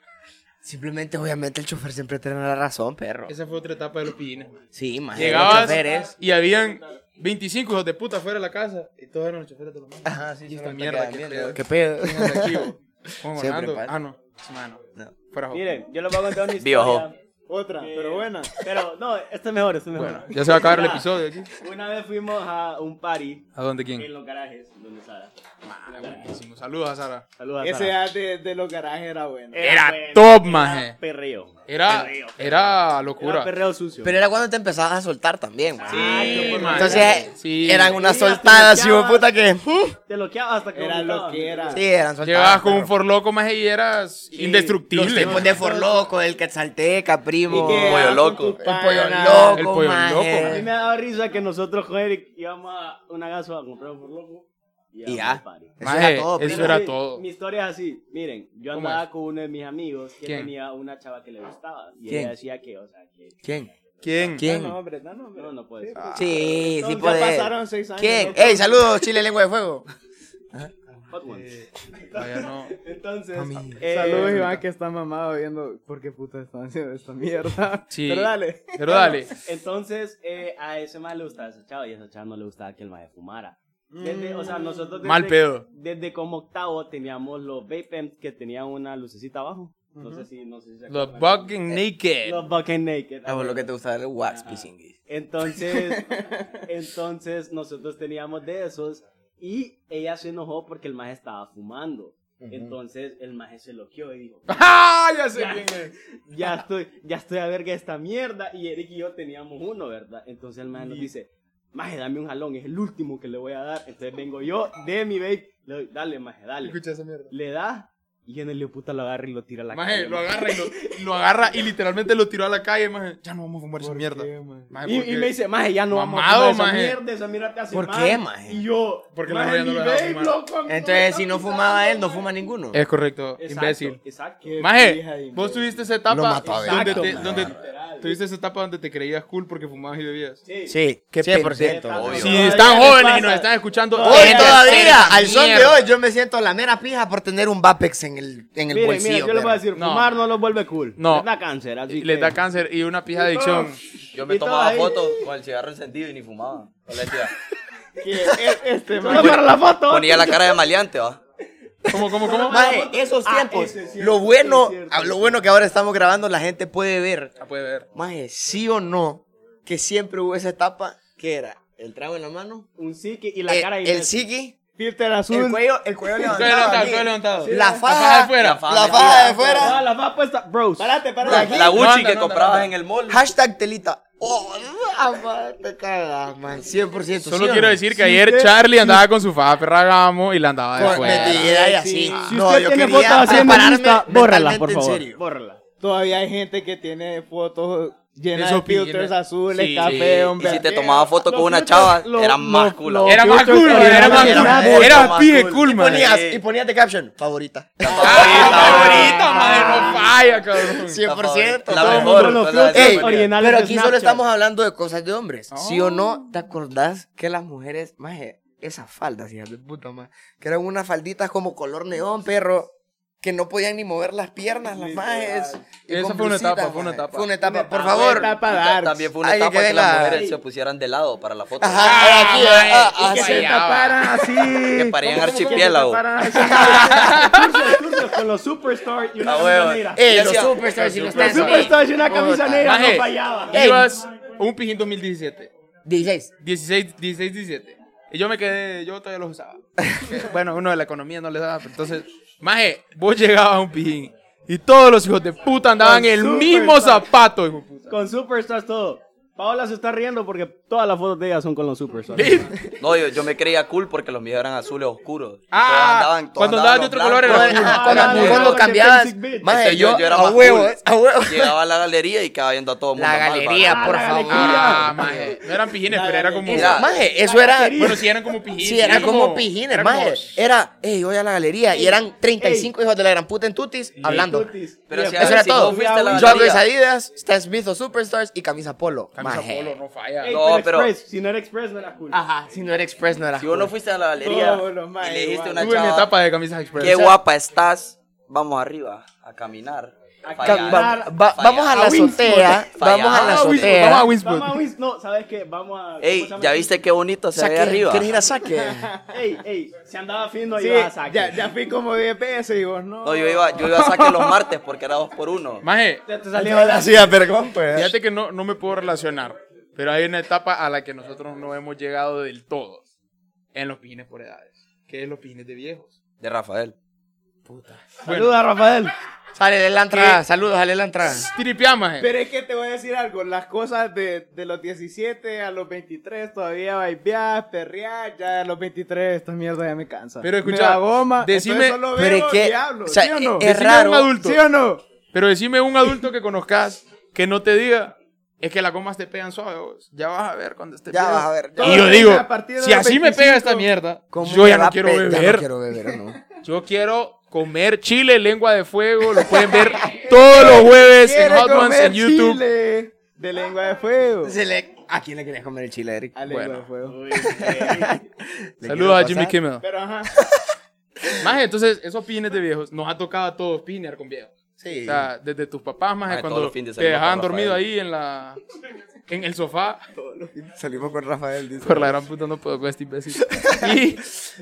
S6: simplemente obviamente el chofer siempre tiene la razón, perro.
S5: esa fue otra etapa de los pillines.
S6: Sí, más los choferes.
S5: Llegabas y habían 25 hijos de puta fuera de la casa y todos eran los choferes de los manos.
S6: Ajá, sí,
S5: Y
S6: sí,
S5: esta
S6: no te
S5: mierda,
S6: quedan
S5: qué
S6: viendo.
S5: pedo.
S6: ¿Qué pedo?
S5: En el archivo. Juan
S6: Siempre
S5: Orlando.
S6: pasa.
S5: Ah, no. Su mano.
S6: No.
S5: Fuera joda.
S7: Miren, yo les voy a contar una
S8: Viva
S7: historia.
S9: Otra,
S7: que-
S9: pero buena.
S7: Pero no, esto es mejor, esto es mejor.
S5: Ya se va a acabar el
S7: Ya.
S5: episodio aquí.
S7: Una vez fuimos a un party
S5: ¿A dónde quién?
S7: en los garajes, donde Sara.
S5: Buenísimo. Saludos a Sara.
S7: Saludos a
S9: Ese
S7: Sara.
S9: ya de, de los garajes era bueno.
S5: Era
S7: bueno,
S5: top,
S7: era
S5: maje.
S7: Perreo.
S5: Era,
S7: Perreo,
S5: era
S7: perreo. Era
S5: locura.
S7: perreo sucio.
S6: Pero era cuando te empezabas a soltar también. güey. Entonces
S5: Entonces, sí.
S6: eran unas
S7: Sí, las
S6: soltadas, hijo de
S7: bloqueabas.
S6: puta que. ¿Mm?
S7: Te loqueaba hasta que
S9: Era lo
S7: vomitabas.
S9: que era.
S6: Sí, eran soltadas.
S5: Llegabas con un
S6: perro.
S5: forloco más y eras indestructible.
S6: Los tiempos de forloco, el quetzalteca, primo.
S9: que-
S8: Pollo
S9: con
S8: loco.
S9: tus
S8: El
S9: panas.
S6: pollo
S5: Ah, El
S6: loco,
S5: pollo
S6: maje.
S5: loco,
S7: A mí
S5: maje.
S7: me daba risa que nosotros con Eric íbamos a una gaso a comprar un forloco
S6: Y
S7: y
S6: ya.
S7: ya. party.
S6: Eso
S5: Maje,
S6: era todo,
S5: eso
S6: primo.
S5: era
S7: Sí,
S5: todo.
S7: Mi historia es así. Miren, yo
S5: ¿Cómo
S7: andaba
S5: es?
S7: con uno de mis amigos que
S5: ¿Quién?
S7: tenía una chava que le gustaba. Y
S6: ¿Quién?
S7: ella decía que, o sea, que.
S6: ¿Quién?
S5: ¿Quién?
S9: No,
S6: ¿Quién?
S9: no, hombre, no, no, hombre.
S7: No, no puede ser.
S6: Sí, sí
S9: Entonces,
S6: puede.
S9: ya pasaron seis años,
S6: ¿Quién?
S9: loco.
S6: ¡Ey, saludos, Chile Lengua de Fuego!
S7: Hot ones.
S5: Todavía no.
S7: Entonces. eh,
S9: Eh, Saludos, Iván, que está mamado viendo por qué puta están haciendo esta mierda.
S5: Sí.
S9: Pero dale.
S5: Pero dale.
S7: Entonces, eh, a ese mal le gustaba ese chavo y a ese chavo no le gustaba que el mae fumara. Desde, o sea, nosotros desde,
S5: Mal pedo.
S7: desde como octavo teníamos los vape pens que tenían una lucecita abajo. No sé si, no sé si se
S5: Los
S7: acuerdan.
S5: fucking naked.
S7: Los bucket naked.
S6: Ah, vos lo que te gusta el wax, pisingui.
S7: Entonces, entonces nosotros teníamos de esos y ella se enojó porque el maje estaba fumando. Entonces el maje se loqueó y dijo,
S5: ¡Ah! Ya sé quién es.
S7: ya estoy, ya estoy a verga esta mierda. Y Eric y yo teníamos uno, ¿verdad? Entonces el maje nos dice, maje, dame un jalón, es el último que le voy a dar. Entonces vengo yo de mi vape, le doy, dale, maje, dale.
S5: Escucha esa mierda.
S7: Le da y en el hijo de puta lo agarra y lo tira a la
S5: Maje,
S7: calle,
S5: lo
S7: maje.
S5: agarra y lo, lo agarra y literalmente lo tiró a la calle, maje. Ya no vamos a fumar esa mierda. Maje,
S7: Y,
S5: porque-
S7: y me dice, maje, ya no
S5: Mamado,
S7: vamos a fumar
S5: maje.
S7: esa mierda, esa mierda te hace
S6: ¿Por
S7: mal".
S6: qué, maje?
S7: Y yo,
S5: Porque la
S7: maje,
S5: mayoría no
S7: mi
S5: lo dejaba
S7: vape,
S5: fumar.
S7: loco, a mí me
S6: Entonces,
S7: está
S6: si no
S7: pisando,
S6: fumaba él, no
S7: maje.
S6: fuma ninguno.
S5: Es correcto,
S7: Exacto,
S5: imbécil.
S7: Exacto.
S9: pija
S5: Maje,
S9: de
S5: vos
S9: imbécil.
S5: tuviste esa etapa
S6: Lo mató a
S5: donde,
S6: verga.
S5: te,
S6: Exacto,
S5: donde-
S7: maje.
S5: tuviste esa etapa donde te creías cool porque fumabas y bebías.
S7: Sí.
S6: Sí, qué
S8: 100%,
S6: pendejo.
S8: obvio.
S5: Si
S7: Todavía
S5: están
S7: le
S5: jóvenes
S7: pasa.
S5: y nos están escuchando,
S6: Hoy
S5: ¡eh,
S6: todavía,
S5: mierda!
S6: al son de hoy, yo me siento la mera pija por tener un Vapex en el, en el
S7: Mire, mire,
S6: bolsillo.
S7: yo les voy
S6: verga.
S7: a decir,
S5: No.
S7: fumar no los vuelve cool.
S5: No.
S7: Les da cáncer, así
S5: les
S7: que-
S5: da cáncer y una pija de adicción.
S8: Yo me
S7: Y todo
S8: tomaba
S7: ahí.
S8: fotos con el cigarro encendido y ni fumaba. No le decía.
S7: que es- este, maje. Solo para la foto.
S8: Ponía la cara de maleante, ¿va?
S5: ¿Cómo, cómo, cómo?
S6: Mae, esos
S7: Ah,
S6: tiempos,
S7: ese es cierto,
S6: lo bueno,
S7: ese es cierto.
S6: ah, lo bueno que ahora estamos grabando, la gente puede ver,
S5: La puede ver.
S6: mae, sí o no, que siempre hubo esa etapa que era el trago en la mano, eh,
S7: Un psiqui y la
S6: el,
S7: cara y
S6: el sigui,
S7: filter azul.
S6: el cuello, el cuello
S5: El
S6: levantado,
S5: cuello levantado,
S6: aquí,
S5: el cuello levantado.
S6: la
S5: faja de
S6: faja,
S5: afuera.
S8: La faja.
S6: la faja de
S7: Ah,
S6: fuera,
S7: la va puesta. Bros. Parate,
S6: parate. Aquí.
S8: La
S5: No
S8: Gucci
S5: anda,
S8: que
S5: no anda,
S8: comprabas
S5: no anda.
S8: en el mall.
S6: hashtag telita, oh, ah, mae, te cagas, mae, 100%.
S5: Solo
S6: ¿sí o
S5: quiero
S6: no?
S5: decir que ayer Charlie andaba con su faja Ferragamo y la andaba de
S6: Con
S5: fuera.
S6: mentira y así.
S7: Si usted tiene fotos así en Insta, bórralas, por favor. Bórrala.
S9: Todavía hay gente que tiene fotos llenas
S5: Esos
S9: de
S5: pines.
S9: filters azules,
S5: Sí,
S9: café,
S8: Y
S9: hombre.
S6: eh,
S7: Eh,
S8: si te tomaba foto
S7: Los
S8: con una
S7: filtros,
S8: chava,
S7: los-
S8: era más
S9: los-
S8: cool.
S9: los-
S8: ¿va?
S5: Era más
S9: Yo
S5: cool,
S9: estoy
S5: man, era más
S9: grabando,
S5: cool.
S8: mucho
S5: Era
S8: más
S5: pije
S8: cool.
S5: cool, man.
S6: Ponías, y ponías de caption, favorita.
S5: Favorita, madre, no falla, cabrón.
S6: 100%.
S8: La
S6: todo el
S8: mejor.
S7: mundo
S8: la
S7: lo
S8: de-
S6: Ey,
S7: originales
S6: pero
S7: de
S6: aquí solo
S7: Snapchat. Oh.
S6: estamos hablando de cosas de hombres. ¿Sí o no? ¿Te acordás que las mujeres, maje, esas faldas, hijas de puta, maje, que eran unas falditas como color neón, perro, que no podían ni mover las piernas, las majes. y
S5: Esa
S6: con
S5: fue una
S6: blusitas,
S5: etapa, fue una
S6: maje.
S5: etapa.
S6: Fue una etapa, por
S7: etapa,
S6: favor.
S7: una etapa.
S8: Ta-
S7: darks.
S8: También fue una
S6: Alguien
S8: etapa
S6: que
S8: que las
S6: venga.
S8: mujeres se pusieran de lado para la foto.
S6: Ajá, ahora aquí,
S5: maje,
S6: ah,
S5: y
S6: ah,
S5: que
S6: así.
S5: se
S9: taparan así.
S8: Que parían archipiélago.
S7: Cursos, cursos con los superstars y una
S8: Ah,
S7: camisa
S8: huevo.
S7: negra.
S6: Ey,
S8: Yo
S6: los
S8: hacía-
S6: superstars si los
S7: Los
S6: están
S7: superstars y una camisa negra no
S5: Maje,
S7: fallaba.
S6: Ey.
S5: ibas un pijín 2017.
S6: 16.
S5: 16, 16, 17. Y yo me quedé, yo todavía los usaba. Eh, bueno, uno de la economía no les daba. pero Entonces, maje, vos llegabas a un pijín y todos los hijos de puta andaban
S7: Con
S5: en el
S7: super
S5: mismo
S7: sal-
S5: zapato, hijo de puta.
S7: Con superstars todo. Paola se está riendo porque todas las fotos de ella son con los superstars.
S8: No, yo, yo me creía cool porque los míos eran azules oscuros. Y
S5: Ah,
S8: todos andaban- todos
S5: cuando andaban de
S8: andaban los
S5: otro
S8: blancos.
S5: color era
S8: Ajá,
S7: cool.
S8: era
S7: Cuando-
S8: negro.
S7: cuando-
S6: Cuando cambiabas,
S7: Basic Bitch.
S6: maje,
S5: Este
S8: Entonces yo-
S6: yo
S8: yo era
S6: a
S8: más
S6: huevo,
S8: cool.
S6: eh, a huevo.
S8: Llegaba a la galería y quedaba viendo a todo el mundo.
S6: La
S8: mal,
S6: galería,
S8: ¿verdad?
S6: por
S7: la
S6: favor.
S5: Ah, maje. No eran pijines, pero era como.
S8: Mira.
S6: Maje, eso era...
S5: Bueno, sí eran como pijines.
S6: Sí, eran como pijines,
S5: era
S6: maje. Eh,
S5: como-
S6: Era, ey, voy a la galería. y eran 35 hijos de la gran puta en tutis hablando.
S8: Pero si,
S6: Eso era
S8: si
S6: todo.
S8: vos fuiste a la
S6: Joggers
S8: galería.
S6: Adidas, Stan Smith o Superstars y camisa polo.
S5: Camisa
S6: maje.
S5: polo, no falla.
S7: Ey,
S8: No,
S7: pero
S8: pero- Ah,
S7: Express, si no era Express no era cool.
S6: Ajá, si no era Express no era.
S8: Si vos no
S6: cool.
S8: fuiste a la galería
S9: Todos los maes
S8: y le dijiste a
S9: igual.
S8: una
S5: Tuve mi
S8: chava,
S5: etapa de camisas express.
S8: qué guapa estás, vamos arriba a caminar. A
S6: Cam- va- va- vamos a la
S7: A Winston.
S6: azotea.
S8: Falla.
S6: Vamos a la
S8: Ah,
S5: Vamos a Winsboro,
S6: azotea.
S5: Vamos a Winsboro.
S7: Vamos a Wins- no, ¿sabes qué? Vamos
S8: Ey,
S7: a... ¿cómo se llama
S8: ¿ya
S7: aquí?
S8: viste qué bonito se ve
S6: Saque,
S8: arriba?
S6: ¿Quieres ir a saque?
S7: Ey, ey, se andaba fino
S9: Sí,
S7: ahí vas a
S9: ya, ya fui como 10 veces y vos no.
S8: No, yo iba, yo iba a saque los martes porque era dos por uno.
S5: Maje,
S7: Te salía la...
S9: pergón, pues.
S5: fíjate que no, no me puedo relacionar, pero hay una etapa a la que nosotros no hemos llegado del todo en los pijines por edades, que es los pijines de viejos.
S8: De Rafael.
S7: Saluda, Rafael.
S6: Sale de la entrada. Saludos, sale de la entrada.
S5: Tiripia, maje.
S9: Pero es que te voy a decir algo, las cosas de, de los 17 a los 23 todavía vaipeás, perreás, ya a los 23 esta mierda ya me cansa.
S5: Pero escucha,
S9: me da goma,
S5: decime-
S9: entonces solo
S6: pero
S9: bebo
S6: es que-
S9: y hablo,
S6: o sea, e eh,
S9: ¿sí o no?
S6: es- es
S9: Decime
S6: raro.
S9: un adulto. ¿Sí o no?
S5: Pero decime un adulto que conozcas que no te diga, es que las gomas te pegan suave, vos. ya vas a ver cuando estés
S6: Ya
S5: viejo".
S6: vas a ver. ya.
S5: Y yo
S9: Todo
S5: digo,
S9: es a partir de
S5: si
S9: los
S5: así me
S9: 25.
S5: pega esta mierda,
S6: ¿Cómo
S5: yo
S6: me
S5: ya no
S6: va a
S5: quiero
S6: pe- Ya
S5: beber.
S6: no quiero beber, no.
S5: Yo quiero comer chile, lengua de fuego. Lo pueden ver todos los jueves en
S9: Quiere
S5: Hot Ones
S9: comer
S5: en YouTube.
S9: chile de lengua de fuego.
S6: Se le- ¿A quién le querías comer el chile, Eric?
S9: A lengua
S5: Bueno.
S9: de fuego.
S6: ¿Le
S5: Saludos a
S6: quiero
S5: Jimmy
S6: pasar?
S5: Kimmel.
S9: Pero ajá,
S5: Maje, entonces, esos pines de viejos nos ha tocado a todos pinear con viejos.
S6: Sí.
S5: O sea, desde tus papás, maje,
S8: Maje, todos
S5: cuando
S8: los fines de
S5: te
S8: semana
S5: dejaban
S8: con
S5: dormido
S8: Rafael.
S5: ahí en la... En el sofá.
S6: Salimos con Rafael, dice.
S5: Por la gran puta no puedo con este imbécil. Y-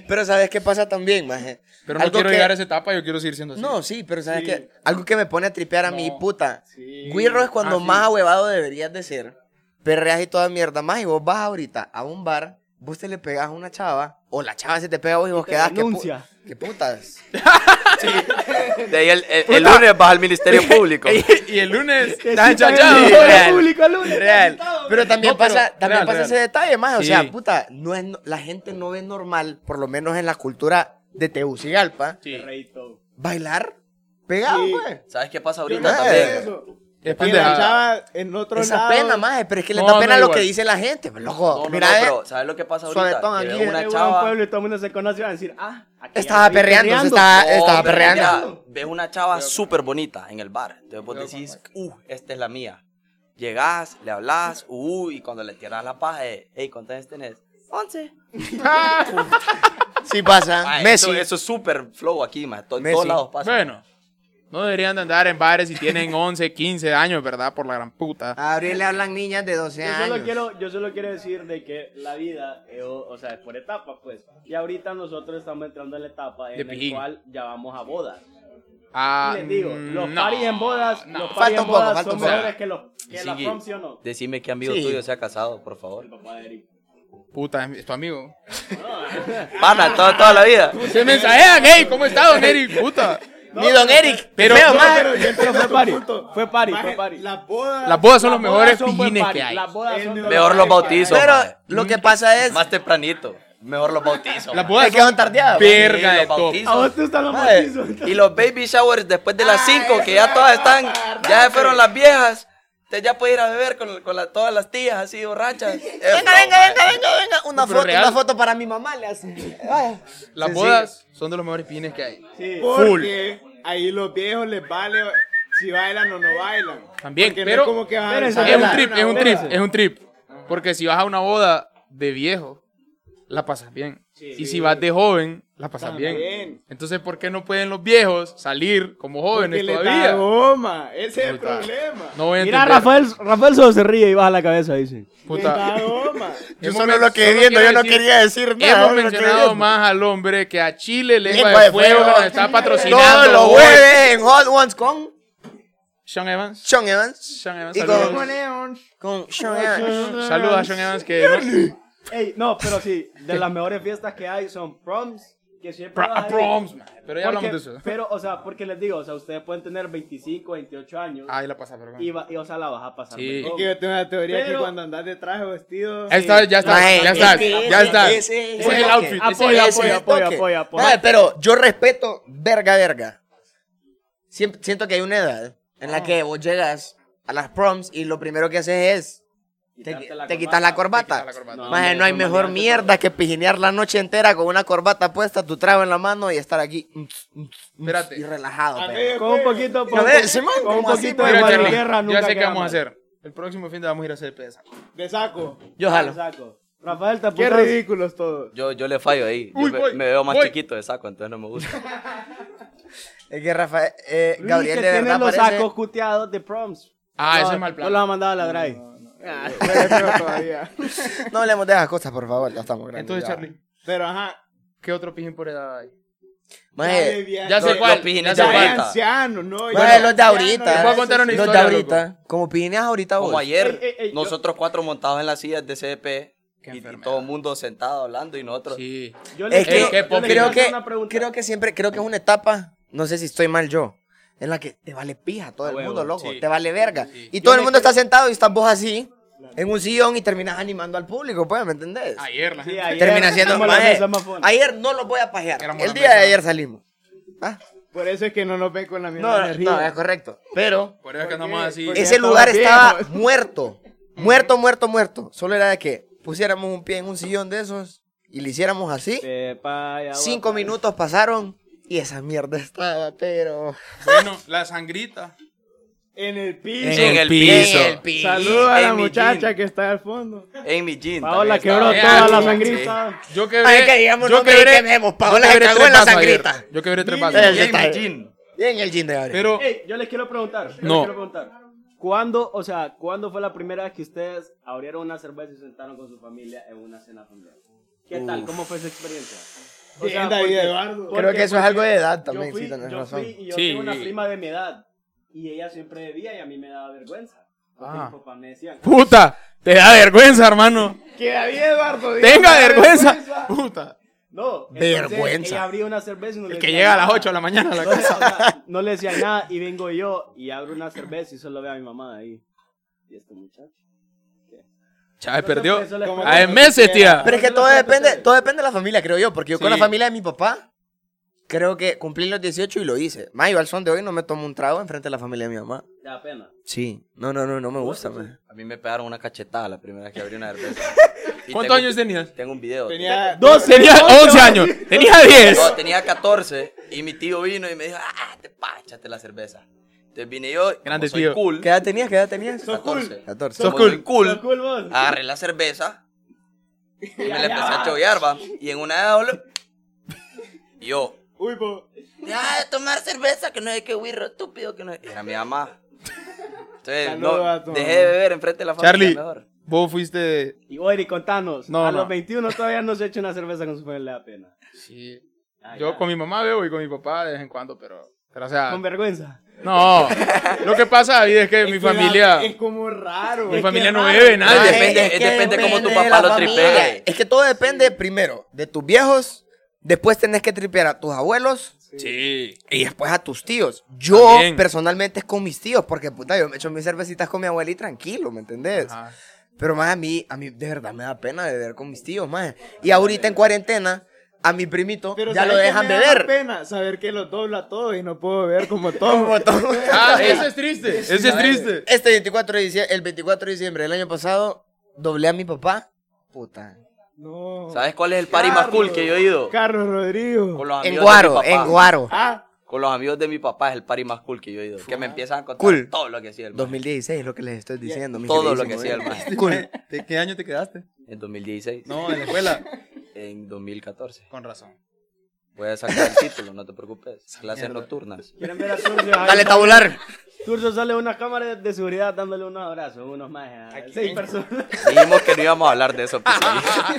S6: Pero ¿sabes qué pasa también, maje?
S5: pero no
S6: Algo
S5: quiero
S6: que-
S5: llegar a esa etapa, yo quiero seguir siendo así.
S6: No, sí, pero ¿sabes qué? Algo que me pone a tripear a mi
S5: No.
S6: puta. Guirro es cuando
S5: Ah, sí.
S6: más ahuevado deberías de ser. Perreas y toda mierda más. Y vos vas ahorita a un bar, vos te le pegas a una chava, o la chava se te pega a vos y vos
S7: te
S6: quedás que... pu-
S7: denuncia.
S6: ¿Qué putas?
S8: De ahí el, el- el lunes vas al Ministerio Público.
S5: y el lunes estás
S9: el
S5: enchachado.
S9: Ministerio
S5: Real.
S9: Público el lunes.
S5: Real.
S6: Pero también
S5: No, pero-
S6: pasa, también
S5: real,
S6: pasa
S5: real.
S6: ese detalle, más. O
S5: Sí.
S6: sea, puta, no es, no- la gente no ve normal, por lo menos en la cultura de Tegucigalpa,
S7: Reito.
S6: bailar pegado,
S9: Sí.
S6: güey.
S8: ¿Sabes qué pasa
S9: Yo
S8: ahorita
S9: me
S6: Ahorita
S9: acuerdo de
S8: también?
S9: eso.
S5: Es
S9: Que la
S5: pendejada.
S9: chava en otro
S6: Esa
S9: lado.
S6: pena, más, pero es que le
S5: No,
S6: da
S5: no,
S6: pena lo
S5: igual.
S6: que dice la gente, pues, loco.
S8: No, no,
S6: mira,
S8: no,
S6: eh,
S8: pero ¿sabes lo que pasa
S6: suavetón
S8: ahorita? Que
S6: aquí,
S8: veo
S6: eh,
S8: una
S7: un
S8: chava...
S7: pueblo y todo el mundo se conoce y van a decir, ah, aquí
S6: estaba
S7: ya vi
S6: perreando, se estaba,
S8: No,
S6: estaba
S8: pero
S6: perreando.
S8: mira, Ah, Ves una chava súper bonita en el bar. Entonces vos decís, uh, esta es la mía. Llegás, le hablas, uh, y cuando le tiras la paja, eh, hey, ¿cuántas tenés? 11.
S6: Sí pasa.
S8: Ah,
S6: Messi.
S8: Eso, eso es súper flow aquí, más. En
S6: Messi.
S8: todos lados pasa.
S5: Bueno, no deberían de andar en bares si tienen 11, 15 años, ¿verdad? Por la gran puta.
S6: A Abril le hablan niñas de 12
S7: Yo
S6: años.
S7: solo, quiero, yo solo quiero decir de que la vida, eh, o, o sea, es por etapa, pues. Y ahorita nosotros estamos entrando en la etapa
S5: De
S7: en la
S5: pijín.
S7: cual ya vamos a bodas.
S5: Ah,
S7: Y les digo,
S5: mm,
S7: los
S5: no,
S7: paris en bodas,
S5: no.
S7: los
S6: Falta
S7: paris
S6: un
S7: en
S6: poco,
S7: bodas
S6: falta
S7: son
S6: un poco.
S7: mejores que los que la
S8: Sigui,
S7: prom, ¿sí o no?
S8: Decime qué amigo
S6: Sí.
S8: tuyo se ha casado, por favor.
S7: Papá de Eric.
S5: Puta, es tu amigo.
S8: Pana, toda, toda la vida.
S5: Se mensajean, hey, ¿cómo está, don Eric? Puta.
S6: Ni Don Eric.
S5: Pero-
S6: feo,
S5: no,
S6: maje.
S9: Pero yo entro
S7: Pero fue
S9: fue
S7: pari,
S9: pari.
S7: fue pari, fue
S9: Maje,
S7: pari.
S9: Las bodas.
S5: Las bodas son
S7: Las
S5: los mejores
S7: bodas son buen
S5: pijines
S7: party,
S5: que hay.
S7: Las bodas son
S9: El
S7: buen
S8: Mejor los
S7: party.
S8: bautizos.
S6: Pero
S8: maje.
S6: lo que pasa es.
S8: Más tempranito. Mejor los bautizos.
S5: Las
S8: maje.
S5: bodas
S6: Es que van tardeadas,
S8: Sí,
S5: Verga
S8: los
S5: de top.
S8: bautizos.
S7: ¿A vos te gustan los
S8: Madre,
S7: bautizos?
S8: Y los baby showers después de las 5, que ya todas están, ya se fueron las viejas. Usted ya puede ir a beber con, con la- todas las tías así borrachas.
S6: Venga, venga, venga, venga, venga. Una
S5: Pero
S6: foto,
S5: real.
S6: una foto para mi mamá le hace. Vaya.
S5: Las
S6: Sencillo.
S5: bodas son de los mejores pines que hay.
S7: Sí.
S9: Porque ahí los viejos les vale si bailan o no bailan.
S5: También,
S9: Porque
S5: pero-
S9: no es como que van
S7: pero
S9: a
S7: eso
S5: Es
S9: salir
S5: un
S9: a
S5: trip,
S9: una
S5: es un
S9: boda.
S5: trip, es un trip. Porque si vas a una boda de viejo, la pasas bien. Y si vas de joven, la pasas bien.
S9: También.
S5: Entonces, ¿por qué no pueden los viejos salir como jóvenes
S9: Porque les da
S5: todavía?
S9: goma. Ese es el
S5: Puta.
S9: problema.
S5: No voy a
S7: Mira,
S5: entender.
S7: Rafael, Rafael solo se ríe y baja la cabeza, dice.
S9: Les
S5: Puta.
S9: da goma.
S6: Yo
S5: Hemos
S6: solo
S5: men-
S6: lo quedé
S5: solo
S6: viendo,
S5: quiero
S6: yo no
S5: decir-
S6: quería decir nada. solo
S5: Hemos
S6: lo quedé
S5: mencionado
S6: viendo.
S5: más al hombre que a Chile, lengua,
S6: Lengua
S5: de fuego, nos está patrocinando.
S6: Todos los
S5: hoy.
S6: jueves en Hot Ones con
S5: Sean Evans.
S6: Sean Evans.
S5: Sean Evans,
S6: Y
S5: saludos.
S6: con, con Sean Evans.
S5: Saludos a Sean Evans que...
S7: Ey, no, pero sí, de las mejores fiestas que hay son proms, que siempre
S5: Pro-
S7: vas a ir.
S5: Proms, man. Pero ya hablamos
S7: Porque-
S5: de eso.
S7: Pero, o sea, porque les digo, o sea, ustedes pueden tener 25, 28 años
S5: Ahí la pasa, perdón.
S7: y, va- y, o sea, la vas a pasar.
S5: Sí.
S7: muy
S5: Es
S9: Es
S7: bien.
S9: que yo tengo la teoría
S7: Pero-
S9: que cuando andas de traje o vestido.
S5: Ahí está, ya está,
S6: Mae,
S5: ya está,
S6: ese-
S5: ya está.
S6: ese-
S5: Ese
S6: ese
S5: es el
S6: toque.
S5: outfit. ese es el
S7: Apoya,
S5: outfit.
S6: Ese es el
S7: apoya,
S6: toque.
S7: apoya, apoya.
S6: Mae, pero yo respeto, verga, verga. Siempre- siento que hay una edad en la que vos llegas a las proms y lo primero que haces es te,
S7: Quitarte la
S6: te quitas la corbata.
S5: Quita la corbata.
S7: No,
S6: Maje,
S7: hombre,
S6: no hay
S7: qué
S6: mejor
S7: maleante,
S6: mierda que pijinear la noche entera con una corbata puesta, tu trago en la mano y estar aquí mm, mm, mm,
S5: Espérate.
S6: y relajado.
S9: A
S6: pero.
S9: ver,
S7: Con un poquito,
S6: Pero ve, Simón,
S7: con un
S6: ¿cómo así,
S7: poquito
S6: pues?
S7: de
S5: Mira,
S6: Igual
S5: Charlie,
S7: guerra nunca
S5: ya sé qué
S7: queda
S5: vamos a
S7: mal.
S5: hacer. El próximo fin de vamos a ir a hacer pesa.
S9: De saco.
S6: Yo jalo.
S7: Saco. Rafael, te
S9: Qué
S7: apuntas-
S9: ridículos todos.
S8: Yo, yo le fallo ahí. Yo
S5: Uy,
S8: me,
S5: voy,
S8: me veo más
S5: voy.
S8: chiquito de saco, entonces no me gusta.
S6: Es que Rafael, eh,
S7: Luis,
S6: Gabriel
S7: que
S6: de
S7: tiene
S6: verdad
S7: los
S6: parece...
S7: sacos cuteados de proms.
S5: Ah,
S7: No,
S5: ese es mal plan.
S7: No los ha mandado a la drive.
S9: Huele feo todavía.
S6: No hablemos de esas cosas, por favor, ya estamos grandes.
S5: Entonces,
S6: ya.
S5: Charlie,
S9: Pero ajá.
S5: ¿qué otro pijín por edad hay?
S9: Ya de
S6: Maje,
S9: viejo.
S5: Ya sé
S8: Los-
S5: cuál.
S8: los
S5: Ya
S8: pijines
S9: Ya
S5: sé
S8: de
S9: de
S5: cuál.
S8: mata.
S9: anciano, ¿no?
S6: maje,
S9: Ya de
S6: los de
S9: anciano,
S5: Te
S6: ahorita,
S5: voy a contar una
S6: los de
S5: historia,
S6: ahorita, como pijineas ahorita vos.
S8: Como ayer,
S7: Ey, ey, ey,
S8: nosotros cuatro montados en las sillas de CDP
S5: Qué
S8: y, y
S5: enfermedad.
S8: todo el mundo sentado hablando y nosotros.
S5: Sí.
S7: Yo le-
S6: Es que,
S5: Ey, Eh, qué
S7: yo le quiero
S6: creo,
S7: hacer
S6: que
S7: una pregunta.
S6: creo que siempre, creo que es una etapa, no sé si estoy mal yo, en la que te vale pija todo el
S8: huevo,
S6: mundo, loco,
S5: sí.
S6: te vale verga. Y
S7: Yo
S6: todo el
S7: me
S6: mundo
S7: creo-
S6: está sentado y estás vos así, en un sillón y terminas animando al público, pues, ¿me entendés?
S5: Ayer la
S7: Sí,
S5: gente.
S7: ayer
S6: Termina siendo
S7: como la
S6: maje,
S7: mesa más fona.
S6: Ayer no los voy a pajear.
S5: Éramos
S6: El
S5: la
S6: día de
S5: mesa.
S6: ayer salimos. Ah,
S9: Por eso es que no nos ven con la misma
S6: no,
S9: energía.
S6: no, es correcto. Pero
S5: Por eso es que andamos así.
S9: Porque-
S6: ese
S9: todos
S6: lugar
S9: viejos.
S6: estaba muerto. Muerto, muerto, muerto. Solo era de que pusiéramos un pie en un sillón de esos y le hiciéramos así.
S7: Pepa y agua,
S6: Cinco
S7: pa-
S6: minutos pasaron y esa mierda estaba, pero.
S5: Bueno, la sangrita.
S9: En el piso.
S8: En, el piso.
S6: En el piso.
S9: Saludos a
S8: en
S9: la
S8: mi
S9: muchacha
S8: jean.
S9: que está al fondo.
S8: En mi jean.
S7: Paola
S8: también
S7: quebró
S5: estaba.
S7: toda la
S5: Sí.
S7: sangrita.
S5: Yo quebré.
S6: Ay, que digamos, no creí que vemos, Paola
S5: yo quebré
S6: se cagó
S5: tres
S6: en la
S5: vasos ayer.
S6: sangrita.
S5: Yo quebré tres
S8: estaba.
S6: El
S5: vasos.
S8: En mi
S6: detalle.
S8: jean.
S6: Y en el jean de Gabriel.
S5: Pero
S7: Ey, yo les quiero preguntar. yo les
S5: No.
S7: quiero preguntar. ¿Cuándo, o sea, cuándo fue la primera vez que ustedes abrieron una cerveza y se sentaron con su familia en una cena familiar? ¿Qué tal? ¿Cómo fue esa experiencia? O
S9: Bien, David Eduardo.
S6: Creo que eso es algo de edad
S7: yo
S6: también,
S7: fui-
S6: sí, tenés
S7: yo
S6: razón.
S7: fui y yo
S5: Sí.
S7: tengo una prima de mi edad y ella siempre bebía y a mí me daba vergüenza. Porque
S5: Ah.
S7: mis papás me decían,
S5: puta, te da vergüenza, hermano.
S9: Que David Eduardo. diga,
S5: Tenga
S9: "Me da
S5: vergüenza. Puta.
S7: No. entonces,
S1: Vergüenza.
S7: Ella abría una cerveza y no le
S5: El que
S7: decía
S5: llega a las
S7: nada.
S5: 8 de la mañana a la
S7: No, o
S5: casa.
S7: sea, no le decía nada y vengo yo y abro una cerveza y solo veo a mi mamá ahí. Y este muchacho.
S5: Chávez
S7: No se
S5: perdió.
S7: puede, solo es
S9: Como
S7: perder.
S5: A meses, tía.
S6: Pero es que
S7: Porque
S6: todo
S7: no sé,
S6: depende,
S7: pues,
S6: todo depende de la familia, creo yo. Porque yo con la
S5: Sí.
S6: familia de mi papá, creo que cumplí los 18 y lo hice. Más yo al son de hoy no me tomo un trago enfrente de la familia de mi mamá.
S7: Da pena.
S6: Sí. No, no, no, no me gusta, man.
S8: A mí me pegaron una cachetada la primera vez que abrí una cerveza. Y
S5: ¿Cuántos
S8: tengo-
S5: años tenías?
S8: Tengo un video. tío.
S9: Tenía
S5: Dos, tenía 11 años. Tenía 10.
S8: No, tenía 14 y mi tío vino y me dijo, ah, te páchate la cerveza. Entonces vine yo, como
S5: Grande
S8: soy
S5: tío.
S8: cool,
S6: ¿Qué edad tenías? ¿Qué edad tenías?
S8: 14.
S6: 14.
S8: Como
S5: Sos cool.
S8: soy cool,
S7: Lo cool, vos.
S8: agarré la cerveza y me la
S7: ya
S8: empecé a
S7: va.
S8: chovear, va. Y en una de solo- y yo,
S7: Uy, po.
S8: deja de tomar cerveza, que no es que wirro estúpido, que no es. Era mi mamá. Entonces,
S9: Saludos
S8: no,
S9: a tu
S8: dejé
S9: mamá.
S8: de beber enfrente de la familia
S5: Charlie.
S8: mejor.
S5: Vos fuiste.
S7: Y Ori, contanos.
S5: No,
S7: a
S5: no.
S7: los 21 todavía no se ha hecho una cerveza con su familia, le da pena.
S5: Sí.
S7: Ah,
S5: Yo
S7: ya.
S5: con mi mamá veo y con mi papá de vez en cuando, pero. Pero o sea.
S7: Con vergüenza.
S5: No. Lo que pasa, David, es que mi familia.
S9: Es como raro.
S5: Mi
S9: Es
S5: familia
S9: que
S5: no
S9: raro.
S5: bebe, nadie.
S8: Ah, depende- depende cómo tu
S6: de
S8: papá
S6: la
S8: lo
S6: familia.
S8: tripee.
S6: Es que todo depende, primero, de tus viejos. Después tenés que tripear a tus abuelos
S5: Sí.
S6: y después a tus tíos. Yo
S5: También.
S6: personalmente es con mis tíos, porque puta, yo me echo mis cervecitas con mi abuela y tranquilo, ¿me entendés?
S5: Ajá.
S6: Pero más a mí, a mí de verdad me da pena beber con mis tíos, más. Y ahorita en cuarentena, a mi primito
S9: Pero
S6: ya
S9: ¿sabes
S6: lo
S9: qué
S6: dejan
S9: me da
S6: beber.
S9: pena saber que lo dobla a todo y no puedo beber como todo.
S5: Ah, eso es triste. Eso es
S8: eh.
S5: triste.
S6: Este 24 de diciembre, el 24 de diciembre del año pasado, doblé a mi papá. Puta.
S9: No.
S8: ¿Sabes cuál es el party más cool que yo he ido?
S9: Carlos Rodrigo.
S8: Con los
S6: En
S8: amigos de
S6: Guaro,
S8: mi papá.
S6: en Guaro.
S9: Ah,
S8: Con los amigos de mi papá es el party más cool que yo he ido. Que me empiezan a contar
S6: Cool.
S8: todo lo que hacía el man.
S6: 2016 es lo que les estoy diciendo. ¿eh? mi
S8: Todo lo que
S6: queridísimo
S8: hacía el
S6: Eric.
S8: man.
S6: Cool.
S5: ¿De qué año te quedaste?
S8: En 2016.
S5: No, en la escuela.
S8: En 2014.
S5: Con razón.
S8: Voy a sacar el título, no te preocupes. Clases nocturnas.
S7: ¿Quieren ver a Turcio?
S6: Dale tabular.
S7: Turcio sale una cámara de seguridad dándole unos abrazos, unos más. a Seis personas.
S8: Dijimos que no íbamos a hablar de eso. pues,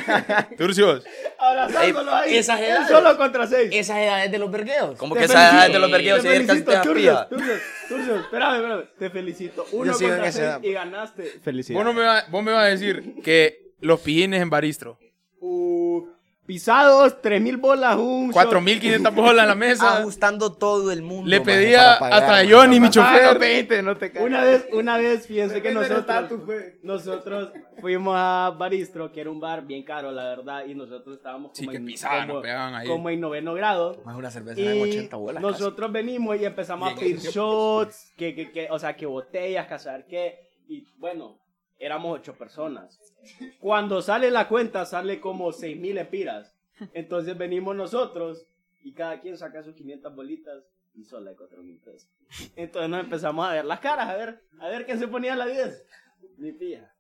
S8: ahí.
S5: Turcios.
S7: Abrazándolo ahí.
S1: esas
S7: Él
S1: edades.
S7: solo contra seis.
S1: Esas edades de los vergueos.
S8: Como que esa edad de los vergueos
S7: Te
S8: se ir casi
S7: felicito,
S8: te
S7: Turcios,
S8: pía.
S7: Turcios, Turcios, espérame, espérame. Te felicito. Uno
S6: sigo en
S7: contra
S6: esa
S7: seis
S6: edad. pues.
S7: y ganaste.
S5: Vos, no
S9: felicidades.
S5: me va- vos me vas a decir que los pillines en Baristro.
S7: Uh, pisados, 3000 bolas, un. shot.
S5: 4.500 bolas en la mesa.
S6: Ajustando todo el mundo.
S5: Le
S6: maje,
S5: pedía
S6: para pagar,
S5: hasta a
S6: maje,
S5: Johnny, mi
S6: para-
S9: Ah, no
S5: chofer.
S9: pediste, no te caes.
S7: Una vez, una vez, fíjense que
S9: Depende del
S7: nosotros,
S9: estatus, pues.
S7: nosotros fuimos a Baristro, que era un bar bien caro, la verdad, y nosotros estábamos como,
S5: Sí, que
S7: en,
S5: pisaban,
S7: como,
S5: nos pegaban ahí.
S7: como en noveno grado.
S6: Más una cerveza
S7: Y
S6: en 80 bolas. casi.
S7: nosotros venimos y empezamos a pedir shots, que, que, que, o sea, que botellas, que saber qué. Y bueno, éramos ocho personas. Cuando sale la cuenta, sale como seis mil epiras. Entonces venimos nosotros y cada quien saca sus 500 bolitas y sola de cuatro mil pesos. Entonces nos empezamos a ver las caras, a ver, a ver quién se ponía la 10. Mi tía.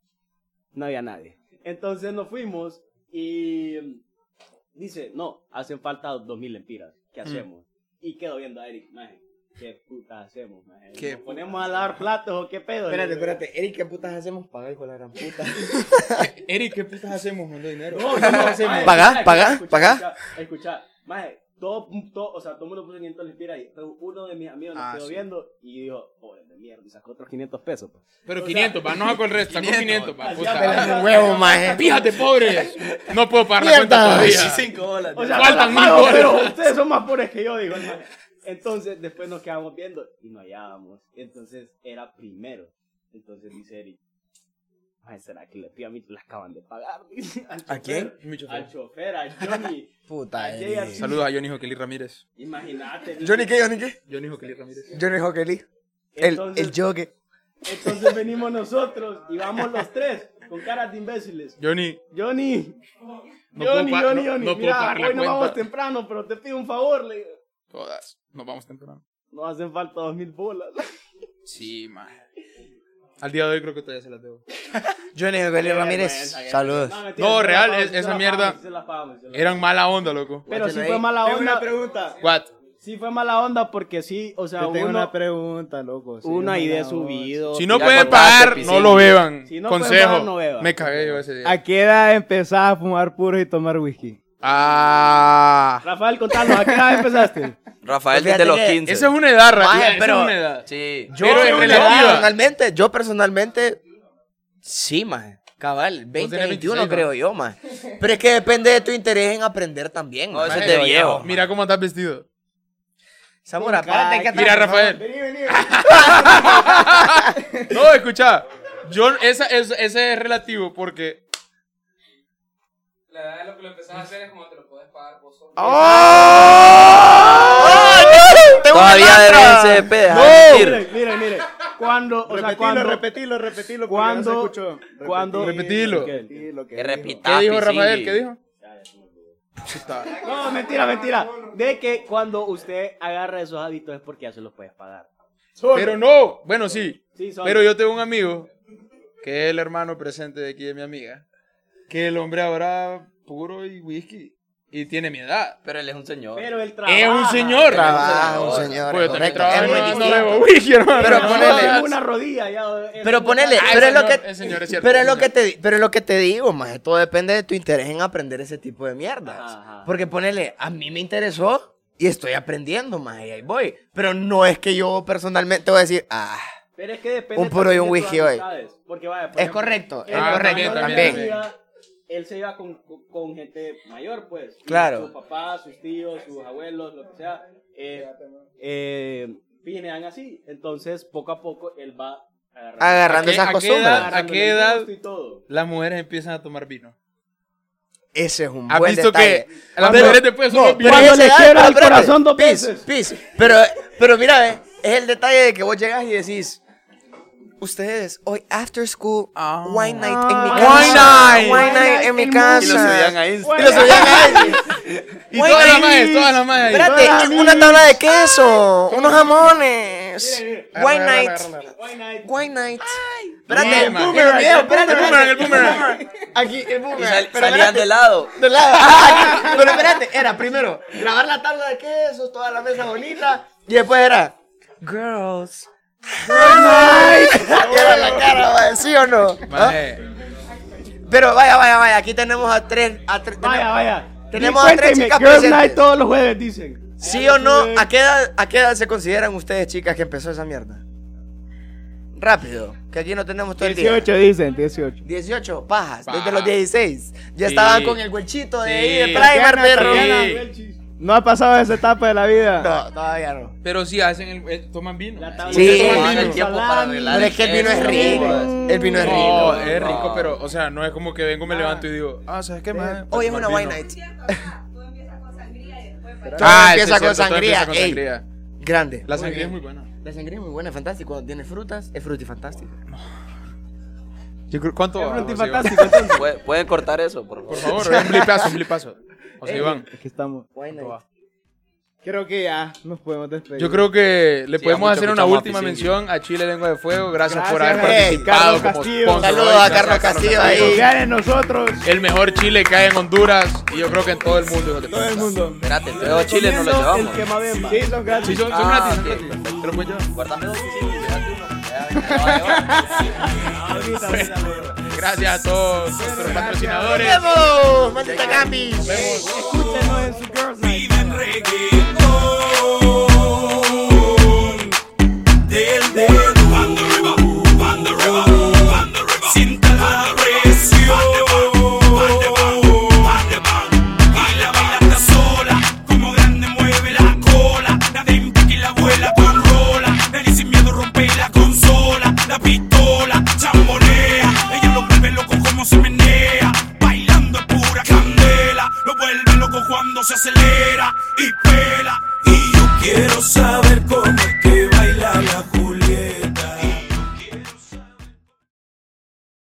S7: No había nadie. Entonces nos fuimos y dice, no, hacen falta 2000 empiras. ¿Qué hacemos? Y quedo viendo a Eric, maje. ¿Qué puta hacemos, maje?
S5: ¿Qué
S7: ¿Nos ponemos a lavar platos o qué pedo?
S6: Espérate, espérate. Eric, ¿qué putas hacemos? Paga, hijo de la gran puta.
S5: Eric, ¿qué putas hacemos con el dinero?
S7: No, no, no,
S6: Pagá,
S7: maje, escuchá,
S6: pagá,
S7: escuchá,
S6: pagá.
S7: escuchá, Escuchá, maje, todo, todo, o sea, todo el mundo puso 500 lempiras ahí. Pero uno de mis amigos nos
S5: Ah,
S7: quedó
S5: sí.
S7: viendo y dijo, pobre de mierda, y sacó otros 500 pesos. pues.
S5: Pero 500, va, no saco el resto, saco 500, va, puta.
S6: Un huevo, maje.
S5: Fíjate, pobres. No puedo pagar la cuenta
S6: Mierda.
S5: todavía.
S7: O sea,
S5: Faltan
S7: no la
S5: mil
S7: pago,
S5: dólares.
S7: pero ustedes son más pobres que yo, digo. hermano. Entonces, después nos quedamos viendo y no hallábamos. Entonces, era primero. Entonces dice Eric, "Ay, ¿será que le pido a mí? Las acaban de pagar. Dice,
S6: ¿A
S7: al chofer,
S6: quién?
S5: Mi chofer.
S7: Al chofer, a Johnny.
S6: Puta,
S7: A Jay,
S6: Eric.
S7: así.
S5: Saludos a Johnny Joquelí Ramírez.
S7: Imagínate.
S6: ¿Johnny qué? ¿Johnny qué?
S5: Johnny Joquelí Ramírez.
S6: Johnny Hockey El,
S7: Entonces,
S6: el jockey.
S7: entonces venimos nosotros y vamos los tres con caras de imbéciles.
S5: Johnny,
S7: Johnny,
S5: No puedo
S7: Johnny,
S5: pa-
S7: Johnny,
S5: no-
S7: Johnny,
S5: no puedo
S7: mira,
S5: pagar la
S7: hoy nos
S5: cuenta.
S7: vamos temprano, pero te pido un favor. Le digo,
S5: todas. Nos vamos temprano.
S7: nos hacen falta dos mil bolas.
S5: Sí, man. Al día de hoy creo que todavía se las debo.
S6: Johnny Hockey Ramírez. Saludos.
S7: mentira,
S5: No,
S7: se la
S5: real,
S7: pagamos,
S5: es-
S7: se
S5: esa
S7: la
S5: mierda-
S7: pagamos, se la pagamos, se la
S5: Eran mala onda, loco.
S7: pagamos. Pero sí
S6: Guáchalo
S7: fue
S6: ahí.
S7: mala
S9: Tengo una
S7: onda.
S9: pregunta.
S5: What?
S7: Sí fue mala onda porque sí, o sea,
S9: Yo tengo
S7: uno,
S9: una pregunta, loco. Sí,
S7: uno ahí
S9: una
S7: de
S9: voz.
S7: subido.
S5: Si no
S8: Ya
S5: pueden
S8: contaste,
S5: pagar,
S8: piscina.
S5: no lo beban.
S7: Si no pueden
S5: Consejo.
S7: pagar, no beban.
S5: Me cagué yo ese día.
S9: ¿A qué edad empezás a fumar puro y tomar whisky?
S5: Ah.
S7: Rafael, contanos, ¿a qué edad empezaste?
S8: Rafael
S6: Fíjate
S8: desde los
S6: que
S8: 15.
S5: Esa es una edad,
S6: Maje,
S5: Rafael. Esa
S6: pero-
S5: es una edad.
S8: Sí.
S6: Yo
S5: Pero es relativa.
S6: personalmente, yo personalmente, sí, maje. Cabal, 20,
S5: tenés
S6: 21
S5: 26,
S6: creo
S5: ¿no?
S6: yo, más. Pero es que depende de tu interés en aprender también.
S8: No,
S6: ma.
S8: eso es de viejo.
S5: Mira cómo estás vestido.
S6: Zamora, párate que
S5: Mira, Rafael.
S9: Vení, vení,
S5: No, escucha. Yo, esa, es- ese es relativo porque.
S10: La edad de lo que lo empezás a hacer es como te lo podés pagar vos solo.
S8: Todavía debe ser CDP, deja de mentir.
S7: Miren, miren, miren. Cuando, o sea, cuando.
S9: Repetilo, repetilo, repetilo.
S7: ¿Cuándo?
S9: Cuando.
S7: ¿Cuándo?
S5: Repetilo.
S8: Que repita.
S5: ¿Qué dijo Rafael? ¿Qué dijo?
S7: No, mentira, mentira. De que cuando usted agarra esos hábitos es porque ya se los puedes pagar.
S5: Pero no. Bueno, sí.
S7: Sí, solo.
S5: Pero yo tengo un amigo que es el hermano presente de aquí de mi amiga. Que el hombre ahora puro y whisky. Y tiene mi edad.
S8: Pero él es un señor.
S7: Pero él trabaja.
S5: Es un señor.
S6: Trabaja, un señor.
S5: Pues yo también
S6: correcto.
S5: trabajo,
S6: Es muy
S5: no- no,
S6: distinto.
S5: bebo whisky, hermano.
S6: Pero
S5: No,
S6: ponele-
S5: no,
S7: Tengo
S5: no.
S7: una rodilla ya. es-
S6: Pero ponele,
S5: Ah,
S6: pero es lo
S5: señor,
S6: que
S5: el señor, es cierto,
S6: pero es
S5: el
S6: lo
S5: señor.
S6: que te pero es lo que te digo, más todo depende de tu interés en aprender ese tipo de mierdas.
S7: Ajá, ajá.
S6: Porque ponele, a mí me interesó y estoy aprendiendo, más y ahí voy, pero no es que yo personalmente voy a decir, ah,
S7: Pero es que depende.
S6: Un puro y un
S7: también de tus
S6: whisky hoy.
S7: amistades, Porque vaya, por
S6: Es correcto, es
S7: él
S5: correcto,
S7: cuando
S5: también.
S7: se iba, Él se iba con, con- con gente mayor, pues.
S6: Claro.
S7: Sus papás, sus tíos, sus abuelos, lo que sea. Eh, eh, pinean así. Entonces, poco a poco, él va agarrando.
S6: agarrando
S5: ¿A qué-
S6: esas
S5: a qué
S6: costumbres.
S5: edad?
S7: agarrándole
S5: qué edad?
S7: gusto y todo.
S5: Las mujeres empiezan a tomar vino.
S6: Ese es un
S5: ¿Has
S6: buen
S5: visto
S6: detalle.
S5: que las
S6: Pero-
S5: mujeres después son
S6: no,
S5: bien-
S6: pero
S7: Cuando
S6: ese
S7: le
S6: da-
S7: quiebra
S6: pero
S7: el
S6: espérate,
S7: corazón dos
S6: peace,
S7: veces.
S6: peace. Pero, pero mira, ve, es el detalle de que vos llegas y decís, ustedes, hoy after school, wine night en mi casa.
S5: Ah. Wine night.
S6: Wine night en mi
S8: Y lo subían
S6: casa.
S8: a Instagram.
S6: Y lo subían ahí.
S5: Y todas las
S6: Wine night.
S5: maes, todas las maes. ahí.
S6: Espérate, y una tabla de queso, unos jamones.
S5: Agárrala,
S6: Wine night,
S5: agárrala, agárrala.
S7: Why not?
S6: wine night.
S5: Bien,
S6: Espérate, el
S5: man.
S6: boomerang,
S5: El
S6: espérate,
S5: boomerang, el boomerang.
S6: Aquí, el
S8: Y
S6: boomerang.
S8: sal-
S6: Pero
S8: salían
S6: espérate.
S8: de lado.
S6: De lado. Ah, aquí. Pero espérate, era primero grabar la tabla de quesos, toda la mesa bonita. Y después era Girls. Y era la cara, vaya, ¿sí o no? ¿Ah?
S5: Maje,
S6: Pero vaya, vaya, vaya, aquí tenemos a tres. A tres
S7: Vaya,
S6: tenemos-
S7: vaya.
S6: Tenemos a tres
S7: Cuéntenme,
S6: chicas
S7: Girl
S6: presentes.
S7: Night todos los jueves, dicen.
S6: ¿Sí o no? ¿A qué, edad, ¿A qué edad se consideran ustedes, chicas, que empezó esa mierda? Rápido, que aquí no tenemos todo el día.
S9: 18 dicen, 18.
S6: 18, pajas, desde
S5: Pajas.
S6: los 16. Ya
S5: Sí.
S6: estaban con el huelchito de ahí de
S5: Sí.
S6: primer,
S9: Tatiana,
S6: perro.
S5: Tatiana.
S9: No ha pasado esa etapa de la vida.
S6: No, todavía no.
S5: Pero sí hacen el, eh, toman vino.
S7: La tabla-
S6: Sí.
S8: Tomaban
S5: Toman
S8: el
S5: vino.
S8: tiempo para arreglar
S6: Pero es que el vino es
S8: queso,
S6: rico. El vino es
S5: No,
S6: rico.
S5: es rico, pero, o sea, no es como que vengo, me levanto y digo, ah, ¿sabes qué, maje?
S6: Hoy es
S5: Tomar
S6: una wine
S5: vino.
S6: night. Todo empieza
S5: Ah, eso es
S6: con
S5: cierto, todo
S6: sangría.
S5: empieza con
S6: ey.
S5: sangría.
S6: Grande.
S5: La sangría es muy buena.
S6: La sangría es muy buena, es fantástico. Cuando tiene frutas, es frutifantástico.
S5: Yo creo- ¿Cuánto va? José Iván?
S8: Pue- pues. Pueden cortar eso, por favor.
S5: Por favor, es un blipazo, un blipazo. O sea, Iván,
S9: Aquí estamos.
S6: Wine night.
S9: Creo que ya nos podemos despedir.
S5: yo creo que le
S8: Sí,
S5: podemos
S8: mucho,
S5: hacer
S8: mucho
S5: una
S8: más,
S5: última
S8: Pisingui.
S5: mención a Chile Lengua de Fuego. Gracias, por haber
S9: Gracias,
S6: hey,
S5: participado
S9: Carlos
S5: como
S9: Castillo.
S5: sponsor.
S6: Saludos a
S5: Gracias,
S6: Carlos Castillo ahí.
S9: Confiar en nosotros.
S5: El mejor chile que hay en Honduras y yo creo que en todo el mundo.
S9: Todo el mundo.
S8: Espérate, luego a Chile no lo llevamos.
S9: Sí, son gratis.
S5: Sí, son, son
S8: Ah,
S5: gratis, son
S8: ok.
S5: gratis. Te lo pueden llevar.
S8: Guardame dos Pisingui, llévate uno. Ya, ya va, ya va.
S5: Gracias a todos nuestros patrocinadores.
S6: ¡Vamos! ¡Maldita Gambis!
S2: Viven reggaetón del dedo. Sienta la presión. Baila, baila hasta sola. Como grande mueve la cola. La dempa que la abuela con rola. Ven y sin miedo rompe la consola. La pistola chambonea. Ella lo vuelve loco como se menea. Bailando es pura candela. Lo vuelve loco cuando se acelera.